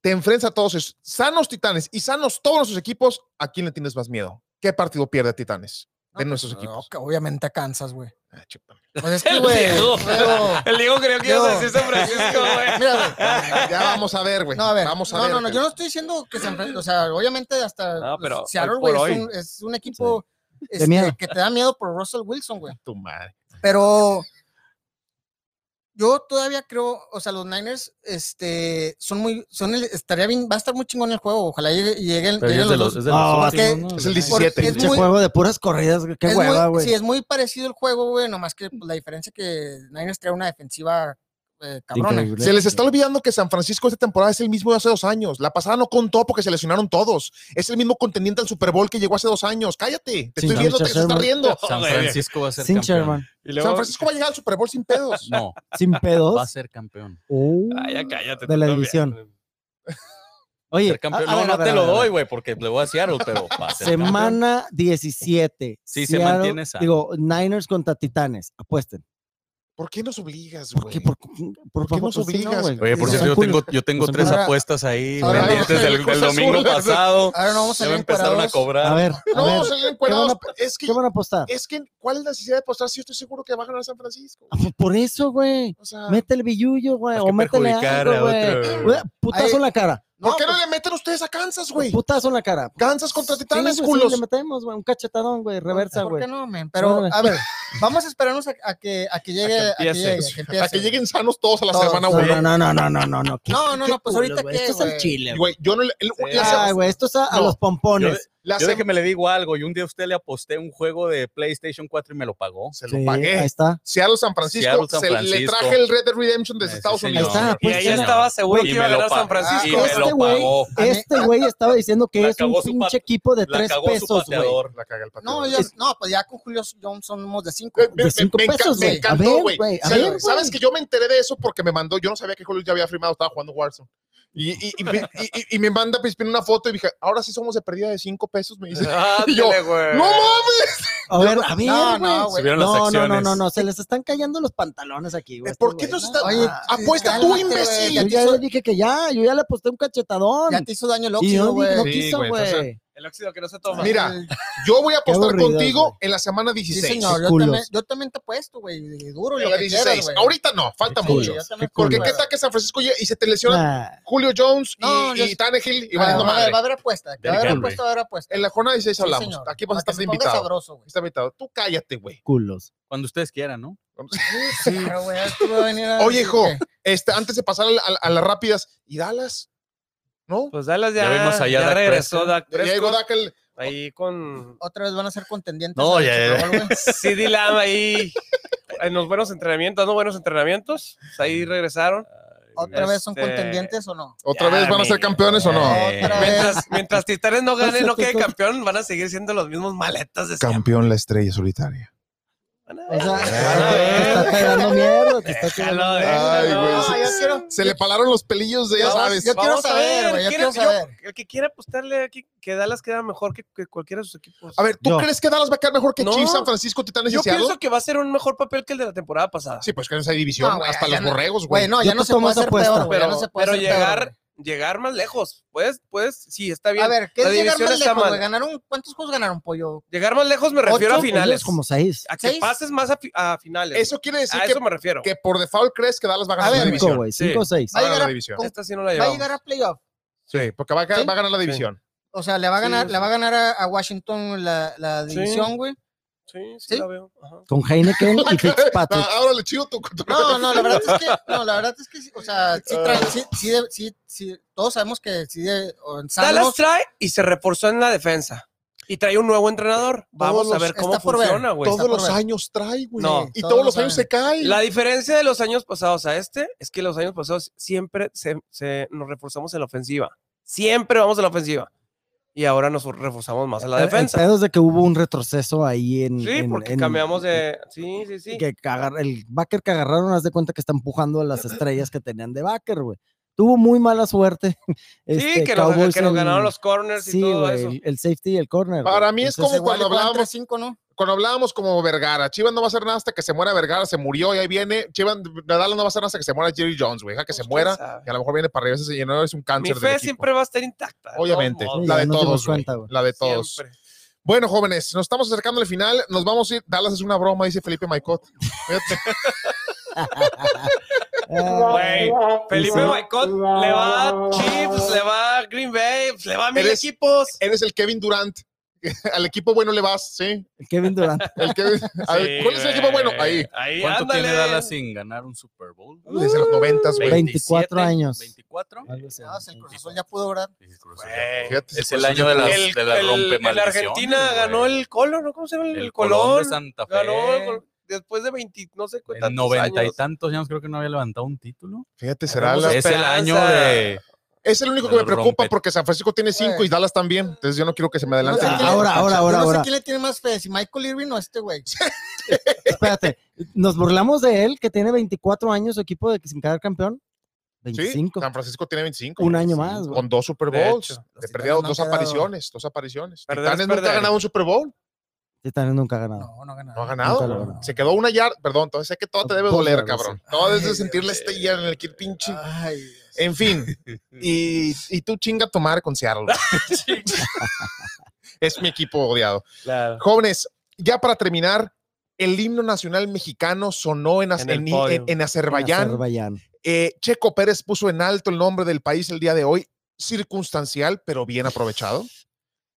Te enfrentas a todos esos sanos Titanes y sanos todos nuestros equipos, ¿a quién le tienes más miedo? ¿Qué partido pierde Titanes de No, nuestros pues, equipos? ok, obviamente a Kansas, güey. Ah, chupa. Pues es que, El güey, Diego. pero- El Diego creo que ibas a decir San <laughs> Francisco, güey. Mira, güey, Ya vamos a ver, güey. No, a ver. Vamos a no, ver. no, no, yo no estoy diciendo que se enfrente. O sea, obviamente hasta No, pues, pero Seattle, hoy güey, por es, hoy. un, es un equipo este, miedo. que te da miedo por Russell Wilson, güey. Tu madre. Pero yo todavía creo, o sea, los Niners este, son muy, son el- estaría bien, va a estar muy chingón el juego. Ojalá llegue- lleguen, Pero lleguen es de los, los dos. es de los No, últimos, es que ¿no? es el Ay, 17. porque es Pinche muy- juego de puras corridas, güey, qué es hueva, muy, güey. sí, es muy parecido el juego, güey, nomás que pues, la diferencia que Niners trae una defensiva eh, cabrona. Increíble. Se les está olvidando que San Francisco esta temporada es el mismo de hace dos años. La pasada no contó porque se lesionaron todos. Es el mismo contendiente al Super Bowl que llegó hace dos años. Cállate. Te Sin estoy viendo, te Richard estás Sherman. riendo. San Joder. Francisco va a ser Sin campeón. Sherman, Y San luego- Francisco va a llegar al Super Bowl sin <laughs> pedos. No, <laughs> sin va a pedos. ser campeón. Oh. Ah, ya cállate. De la tú también. división. Va a Oye, ser campeón. a- a no, ver, a no ver, te a lo ver, a doy, ver. güey, porque le voy a Seattle, pero va a ser campeón. Semana 17. Sí, se mantiene esa. Digo, Niners contra Titanes. Apuesten. ¿Por qué nos obligas, ¿Por qué? güey? ¿Por, por, qué favor, nos pues, sí, no, obligas? güey. Oye, por Son cierto, yo culos. tengo, yo tengo Son tres culos. apuestas ahí Ahora vamos a pendientes hacer del, del Cruz domingo Azul. pasado. Ahora no vamos Ya a me ver empezaron a pues, A cobrar. ver, a No, ver, se ven van encuerados. a- Es que, ¿qué van a apostar? es que, ¿cuál es la necesidad de apostar si yo estoy seguro que va a ganar San Francisco? Ah, pues, Por eso, güey. O sea, Ah. Mete el billullo, güey. Hay O que métele perjudicar algo, a güey. otro. Güey, Putazo Ahí- en la cara. ¿Por No, qué no pues- le meten ustedes a Kansas, Un güey? Putazo en la cara. Kansas contra Titanes, Ah, Sí, güey, sí, culos. le metemos, güey, un cachetadón, güey, reversa, ¿Por güey. qué no, men? Pero, Órale. a ver, vamos a esperarnos a, a que, a que llegue. A que, empiece. llegue, a que <laughs> empiece. a que lleguen sanos todos a la Todos, semana, no, güey. No, no, no, no, no, no, no. qué- No, no, qué no, pues ahorita culos, güey, qué, Esto es el güey. chile, güey. Güey, yo no le- el- la se- Ay, güey, esto es a, a No. los pompones. la Yo se- déjeme le digo algo. Yo un día a usted le aposté un juego de PlayStation 4 y me lo pagó. se Sí, lo pagué. Ahí está. Seattle San Francisco, Seattle, San se- le Francisco. traje el Red Dead Redemption desde Ese Estados señor. Unidos. Ahí está, Y Y pues, ahí ya- estaba seguro que Y iba a me lo ganar pa- San Y Francisco. me Este lo güey- pagó. Este güey estaba diciendo que La es un cagó su pinche pat- equipo de La tres cagó su pesos, güey. pateador. La cagué el pateador. No, ya- no, pues ya con Julio Jones somos de cinco. Me- me- De pues, cinco me enca- pesos, me güey. A encantó, ver, güey. güey, a ¿Sabes- ver, Sabes güey. que yo me enteré de eso porque me mandó, yo no sabía que Julio ya había firmado, estaba jugando Warzone. Y, y, y, me- y- y- y me manda Pispin una foto y dije, ahora sí somos de pérdida de cinco pesos, me <laughs> dice. Y yo, Ándale, güey. ¡No mames! A ver, a ver, No, no, güey. güey. Subieron las no, no, no, acciones. no, no, se les están cayendo los pantalones aquí, Pues, güey. ¿Por estos qué no se güeyes, está- Oye, Apuesta cálmate, tú, güey, imbécil. ya Yo te ya hizo- le dije que ya, yo ya le aposté un cachetadón. Ya te hizo daño y el yo óxido, dije, no güey. Sí, quiso, güey, güey. El óxido que no se toma. Mira, Yo voy a Qué apostar aburrido, contigo güey. en la semana 16. Sí, señor, yo culos. también, yo también te apuesto, güey. de Duro, en lo la que 16. quieras, güey. Ahorita no, falta Sí, mucho. yo también Porque te qué apuesto. tal que San Francisco llega y se te lesiona Nah, Julio Jones y, No, yo- y Tannehill y Va, valiendo Ah, va, madre. va a haber apuesta, va a haber Derrick apuesta, va a haber apuesta. En la jornada 16 Sí, hablamos. señor. Aquí vas a Para que estar se de ponga invitado. sabroso, güey. Está invitado. Tú cállate, güey. culos. Cuando ustedes quieran, ¿no? Claro, güey, esto va a venir a- Oye, hijo, ¿Qué? este, antes de pasar a, la- a las rápidas, ¿y Dallas? ¿No? Pues Dallas Ya ya, vimos allá ya Dak regresó Prescott. Dak Ya llegó Prescott, Dak el- ahí con Otra vez van a ser contendientes. No, al ya, ya, Super Bowl, güey. <laughs> CD Lamb ahí en los buenos entrenamientos, no buenos entrenamientos, pues Mm. ahí regresaron. ¿Otra vez son Este- contendientes o no? ¿Otra Ya, vez van a ser amigo. campeones o no? Eh, Otra vez. Mientras, mientras Titanes no gane, no quede Exacto. campeón, van a seguir siendo los mismos maletas de siempre. Campeón la estrella solitaria. O sea, Eh. Ah, te está pegando mierda, te está Déjalo, tirando mierda. Ay, déjalo. güey, No, sí. yo quiero. Se le palaron los pelillos de, ya Yo- sabes. yo- quiero Vamos a saber, ver, güey, yo quiero- quiero yo- saber. El que quiera apostarle aquí, que Dallas queda mejor que, que cualquiera de sus equipos. A ver, ¿tú Yo. crees que Dallas va a quedar mejor que No. Chiefs, San Francisco, Titanes y yo Seattle? pienso que va a ser un mejor papel que el de la temporada pasada. Sí, pues que en esa división, No, güey, hasta ya los no. borregos, güey. Güey, no, Yo ya no te se tomo puede esa hacer peor, apuesta. güey. Ya pero no se puede pero hacer peor, llegar, güey. llegar más lejos, pues, pues, sí, está bien. A ver, ¿qué La es llegar división más está lejos, mal. güey? ¿Ganaron? ¿Cuántos juegos ganaron, pollo? llegar más lejos me refiero a Ocho, finales. ellos Como seis. A que ¿Seis? pases más a, fi- a finales. Eso quiere decir a que, eso me refiero. que por default crees que Dallas va a ganar la A ver, división. Cinco, güey, Sí. cinco o seis. Va a ganar la llegar- división. Esta sí no la Va a llevamos. llegar a playoff. Sí, porque va a, ¿Sí? va a ganar la Sí. división. O sea, le va a Sí, ganar, sí. le va a ganar a, a Washington la, la Sí. división, güey. Sí, sí, ¿Sí? la veo. Ajá. Con Heineken <laughs> y Fitzpatrick. Ah, Ahora le chido tu. tu- No, no, la verdad es que, no, la verdad es que, sí, o sea, sí, trae- sí, sí, de- sí, sí, todos sabemos que sí, de, o en sanos, Dallas trae y se reforzó en la defensa. Y trae un nuevo entrenador. Vamos Todos a ver los- cómo está por ver. funciona, güey. <laughs> todos por los ver. años trae, güey. No. y Todos todos los los años se cae. La diferencia de los años pasados a este es que los años pasados siempre se, se- nos reforzamos en la ofensiva. Siempre vamos a la ofensiva. Y ahora nos reforzamos más a la El- El defensa. pedo es de que hubo un retroceso ahí en. Sí, en- porque en- cambiamos de. Sí, sí, sí. que agar- el backer que agarraron, haz de cuenta que está empujando a las estrellas que tenían de backer, güey. Tuvo muy mala suerte. <laughs> sí, este, que nos, Cowboys que nos en- ganaron los corners y Sí, todo güey, eso. el, el safety y el corner. güey. Para mí es Entonces, como cuando hablábamos, 5, ¿no? cuando hablábamos como Vergara. Chivas no va a hacer nada hasta que se muera Vergara, se murió y ahí viene. Chivas, Dallas no va a hacer nada hasta que se muera Jerry Jones, güey. Deja que se Pues, muera. quién sabe. Que a lo mejor viene para arriba, ese señor es un Mi cáncer del fe equipo. siempre va a estar intacta. de todos Obviamente, modos, la Ya de nos dimos todos, güey. cuenta, güey. La de todos. siempre. Bueno, jóvenes, nos estamos acercando al final. Nos vamos a ir. Dallas es una broma, dice Felipe Maicot. Ah, <laughs> Güey, Felipe Sí. Boycott le va a Chiefs, le va a Green Bay, le va a mil Eres- equipos. Eres el Kevin Durant. <laughs> Al equipo bueno le vas, ¿sí? Kevin Durant. El Kevin- a ver, Sí, ¿Cuál es el equipo bueno? Ahí. Ahí, ¿Cuánto ándale. tiene Dallas sin ganar un Super Bowl? Desde los noventas, güey. 24 años. 24. Algo así. Ah, sí, el Cruz Azul ya pudo orar. Fíjate, Es se el puso año de las, El- de las el- rompemaldiciones, el Argentina güey. ganó el Colón, ¿no? ¿Cómo se llama? El, El Colón. Colón de Santa Fe. Ganó el Col- después de 20, no sé cuántos En 90 y años. tantos años creo que no había levantado un título. Fíjate, será Tenemos la- Es el esperanza. año de... Es el único que me Los preocupa rompe- porque San Francisco tiene cinco Güey. y Dallas también. Entonces yo no quiero que se me adelante. Ah, quién le- ahora, ahora, ahora, Yo no sé ahora. quién le tiene más fe, si Michael Irving o este güey. Espérate, nos burlamos de él que tiene 24 años su equipo de que sin quedar campeón. Sí, 25. San Francisco tiene 25. un año más, güey. Con dos Super De Bowls. hecho, Le los perdieron Titanes no dos han quedado. apariciones. Dos apariciones. Perder es Titanes nunca ha perder. ganado un Super Bowl. Titanes nunca ha ganado. No, no ganó. No ha ganado. Nunca lo ganó. Se quedó una yarda. Perdón, entonces sé que todo te debe Dos doler, yardas, cabrón. Todo debes de Ay, Ah, sentirle Dios este mío. hierro en el que pinche. Ay, Dios. En fin. Y, y tú chinga tu madre con Seattle. <laughs> <laughs> es mi equipo odiado. Claro. Jóvenes, ya para terminar, el himno nacional mexicano sonó en, Az- En el en- podio. en- en En Azerbaiyán. Azerbaiyán. Eh, Checo Pérez puso en alto el nombre del país el día de hoy. circunstancial, pero bien aprovechado.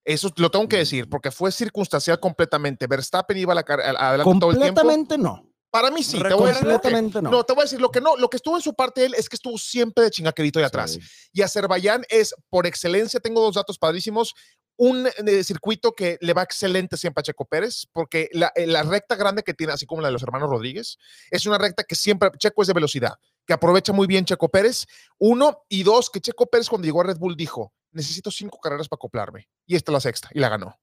Eso lo tengo que Mm. decir, porque fue circunstancial completamente. Verstappen iba a la car- a- adelante todo el tiempo. Completamente no. Para mí sí, te voy a decir lo que- completamente no. no. te voy a decir lo que no, lo que estuvo en su parte él es que estuvo siempre de chingaquerito de atrás. Y Azerbaiyán es, por excelencia, tengo dos datos padrísimos, un eh, circuito que le va excelente siempre a Checo Pérez, porque la, eh, la recta grande que tiene, así como la de los hermanos Rodríguez, es una recta que siempre, Checo es de velocidad, que aprovecha muy bien Checo Pérez, uno, y dos, que Checo Pérez cuando llegó a Red Bull dijo, necesito cinco carreras para acoplarme, y esta es la sexta, y la ganó.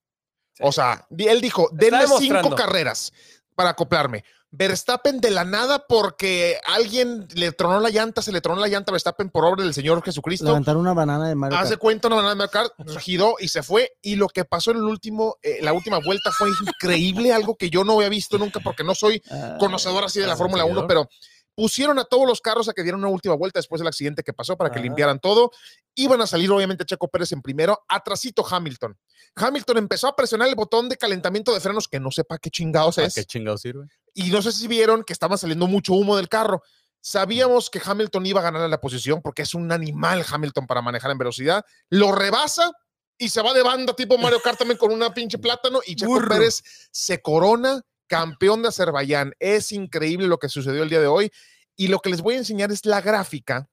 O sea, di- él dijo, denme cinco demostrando. carreras para acoplarme. Verstappen de la nada porque alguien le tronó la llanta, se le tronó la llanta a Verstappen por obra del Señor Jesucristo. Levantar una banana de Mario Hace Kart. cuenta una banana de Mario Kart, giró y se fue. Y lo que pasó en el último, eh, la última vuelta fue increíble, <laughs> algo que yo no había visto nunca porque no soy Ah, conocedor así de la Ah, Fórmula 1, seguidor. pero pusieron a todos los carros a que dieran una última vuelta después del accidente que pasó para que Ajá. limpiaran todo. Iban a salir obviamente Checo Pérez en primero, atrasito Hamilton. Hamilton empezó a presionar el botón de calentamiento de frenos que no sepa qué chingados ¿Para es qué chingado sirve? y no sé si vieron que estaba saliendo mucho humo del carro. Sabíamos que Hamilton iba a ganar la posición porque es un animal Hamilton para manejar en velocidad. Lo rebasa y se va de banda tipo Mario Kart también con una pinche plátano y Checo Burro. Pérez se corona campeón de Azerbaiyán. Es increíble lo que sucedió el día de hoy y lo que les voy a enseñar es la gráfica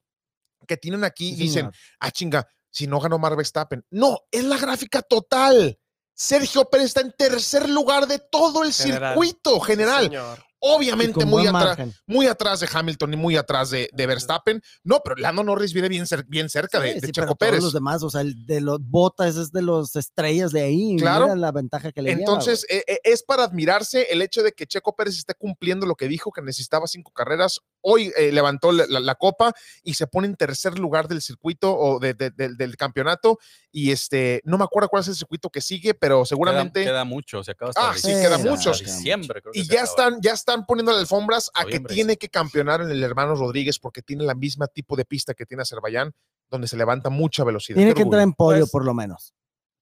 que tienen aquí. sí, Dicen, señor. ah, chinga, si no ganó Mark Verstappen. No, es la gráfica total. Sergio Pérez está en tercer lugar de todo el General. circuito general. Señor. Y Obviamente con muy buen atrás, margen. muy atrás de Hamilton y muy atrás de, de Verstappen. No, pero Lando Norris viene bien, cer- bien cerca de, de Sí, sí, pero Checo todos Pérez. los demás, o sea, el de los botas es de los estrellas de ahí. Claro. Mira la ventaja que le lleva, Entonces, eh, eh, es para admirarse el hecho de que Checo Pérez esté cumpliendo lo que dijo, que necesitaba cinco carreras. Hoy eh, levantó la, la- la copa y se pone en tercer lugar del circuito o de- de- del- del campeonato. Y este, no me acuerdo cuál es el circuito que sigue, pero seguramente. Queda, queda mucho, se acaba Ah, hasta sí, dic- queda hasta muchos. diciembre, creo que Y se ya acaba. están, ya están poniendo las alfombras a que Noviembre, tiene que campeonar en el hermano Rodríguez porque tiene la misma tipo de pista que tiene Azerbaiyán, donde se levanta mucha velocidad. Tiene Qué que entrar orgullo. en podio, Pues- por lo menos.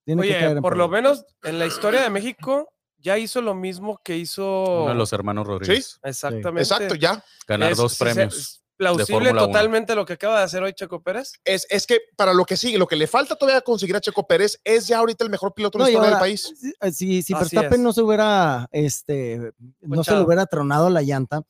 Tiene que caer Oye, en por lo podio. menos en la historia de México ya hizo lo mismo que hizo. Uno de los hermanos Rodríguez. Exactamente. Exacto, ya. Ganar Es- dos sí, se- es premios. plausible Fórmula Uno. totalmente lo que acaba de hacer hoy Checo Pérez. Es, es que para lo que sigue, lo que le falta todavía conseguir a Checo Pérez es ya ahorita el mejor piloto en No, la y historia del ahora, país. si- eh, Si, si Así Verstappen es. no se hubiera, este, no se le Ponchado. hubiera tronado la llanta,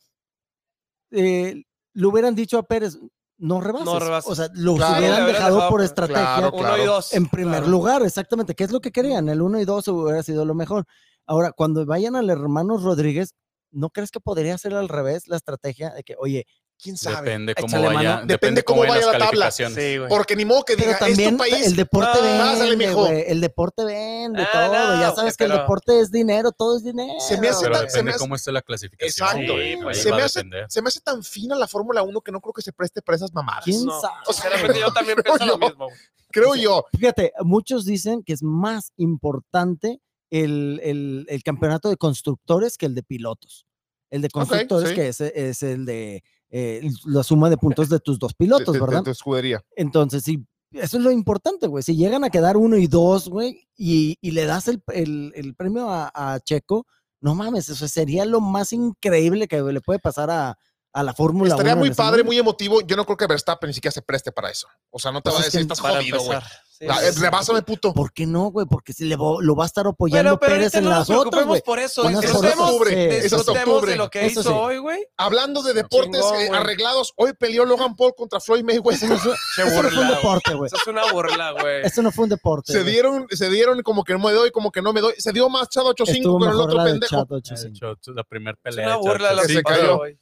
eh, le hubieran dicho a Pérez, no rebases. rebases. O sea, lo Claro, le hubieran hubieran dejado dejado por por- estrategia Claro, Uno y dos. en primer claro. lugar, exactamente. ¿Qué es lo que querían? El 1 y 2 hubiera sido lo mejor. Ahora, cuando vayan al hermano Rodríguez, ¿no crees que podría ser al revés la estrategia de que, oye, ¿Quién sabe? Depende cómo, Échale vaya, mano. depende Depende cómo vayan vaya las la tabla. calificaciones. Sí, güey. Porque ni modo que Pero diga, es también tu país. el deporte Ah, dale, vende, mijo. güey, el deporte vende Ah, todo, no, ya sabes que el pero- deporte es dinero, todo es dinero. Se me hace Pero tan- depende se me hace- cómo esté la clasificación. Exacto. güey, pues, ahí Se va me a hace- depender. Se me hace tan fina la Fórmula 1 que no creo que se preste para esas mamadas. ¿Quién No. sabe? O sea, Sinceramente, yo <laughs> también pienso yo- lo mismo. güey. Creo yo. Fíjate, muchos dicen que es más importante el, el- el campeonato de constructores que el de pilotos. El de constructores, sí. que es, es el de eh, la suma de puntos de tus dos pilotos, de- de- de ¿verdad? tu escudería. Entonces, sí, eso es lo importante, güey. Si llegan a quedar uno y dos, güey, y, y le das el, el- el premio a, a Checo, no mames, eso sería lo más increíble que le puede pasar a, a la Fórmula 1. Estaría en muy ese padre, momento. muy emotivo. Yo no creo que Verstappen ni siquiera se preste para eso. O sea, no te Pues va a es que decir, estás Para jodido, güey. empezar. Sí, Ah, sí, eh, sí. Rebásame, puto. ¿Por qué no, güey? Porque si le vo- lo va a estar apoyando Bueno, pero Pérez ahorita en pues no las nos otras, preocupemos güey. por eso. Unas Eso es de cosas- Disfrutemos octubre. sí, Eso es de disfrutemos octubre. de lo que Eso hizo sí. hoy, güey. Hablando de deportes Chingón, eh, güey. arreglados, hoy peleó Logan Paul contra Floyd Mayweather. Eso no, fue- Se eso no fue un burla, güey. deporte, güey. Eso es una burla, güey. Eso no fue un deporte. Se güey. dieron, se dieron como que no me doy, como que no me doy. Se dio más Chad 8-5 Estuvo con el mejor otro la del pendejo. Chat 85. Chot, la primera Es pelea. una burla Chot, lo la sí. que se pasó cayó. hoy.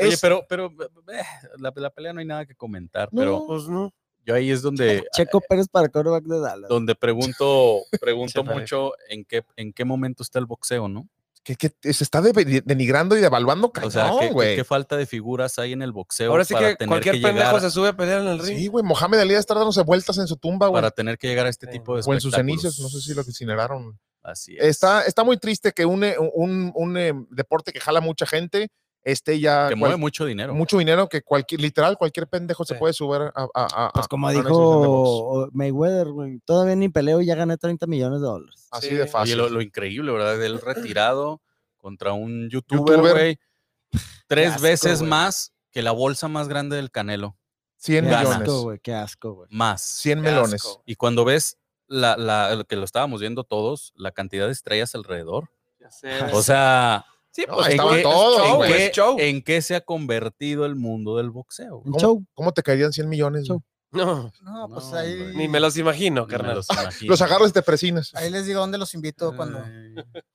Oye, Es- pero, pero eh, la, la pelea no hay nada que comentar, pero Pues no. yo ahí es <laughs> donde, Checo Pérez para quarterback de Dallas. donde pregunto, Se pregunto parece. mucho en qué, en qué momento está el boxeo, ¿no? que, que se está de- denigrando y devaluando O sea, ¿qué- cañón, qué, güey. qué falta de figuras hay en el boxeo Ahora sí para que tener cualquier que pendejo llegar se sube a pelear en el ring. Sí, güey, Mohamed Ali está dándose vueltas en su tumba, güey. para tener que llegar a este Sí. tipo de O en sus espectáculos. cenizas, no sé si lo incineraron. Así es. Está, está muy triste que un, eh, un, un, eh, deporte que jala mucha gente esté ya que cual- mueve mucho dinero. mucho dinero que cualquier, literal, cualquier pendejo se Sí. puede subir a, a- a- Pues a- como a una exhibición de box. dijo Mayweather, güey, todavía ni peleo y ya gané 30 millones de dólares. Así Sí. de Oye, Oye, fácil. lo, lo increíble, ¿verdad? Del retirado contra un youtuber, Youtuber. güey. Tres asco, veces güey. más que la bolsa más grande del Canelo. 100 Qué ganas. millones. asco, güey, qué asco, güey. Más. 100 melones. asco. Y cuando ves la, la- lo que lo estábamos viendo todos, la cantidad de estrellas alrededor. Ya sé. O sea, sí, No, pues, ahí ¿en estaban qué- todos, show, güey. es show. ¿en qué se ha convertido el mundo del boxeo? Un ¿Cómo? show. ¿Cómo te caerían 100 millones? Chau. No, <laughs> No, pues No, ahí. hombre. ni me los imagino, carnal. Los agarras y te presinas. Ahí les digo dónde los invito cuando.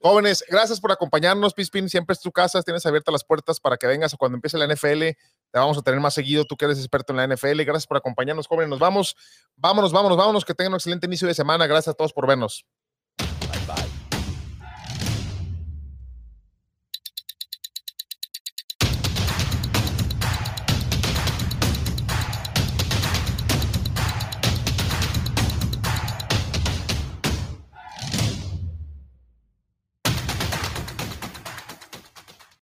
Jóvenes, gracias por acompañarnos, Pispin. Siempre es tu casa, tienes abiertas las puertas para que vengas o cuando empiece la NFL. Te vamos a tener más seguido, tú que eres experto en la NFL. Gracias por acompañarnos, jóvenes. Nos vamos. Vámonos, vámonos, vámonos. Que tengan un excelente inicio de semana. Gracias a todos por vernos. Bye, bye.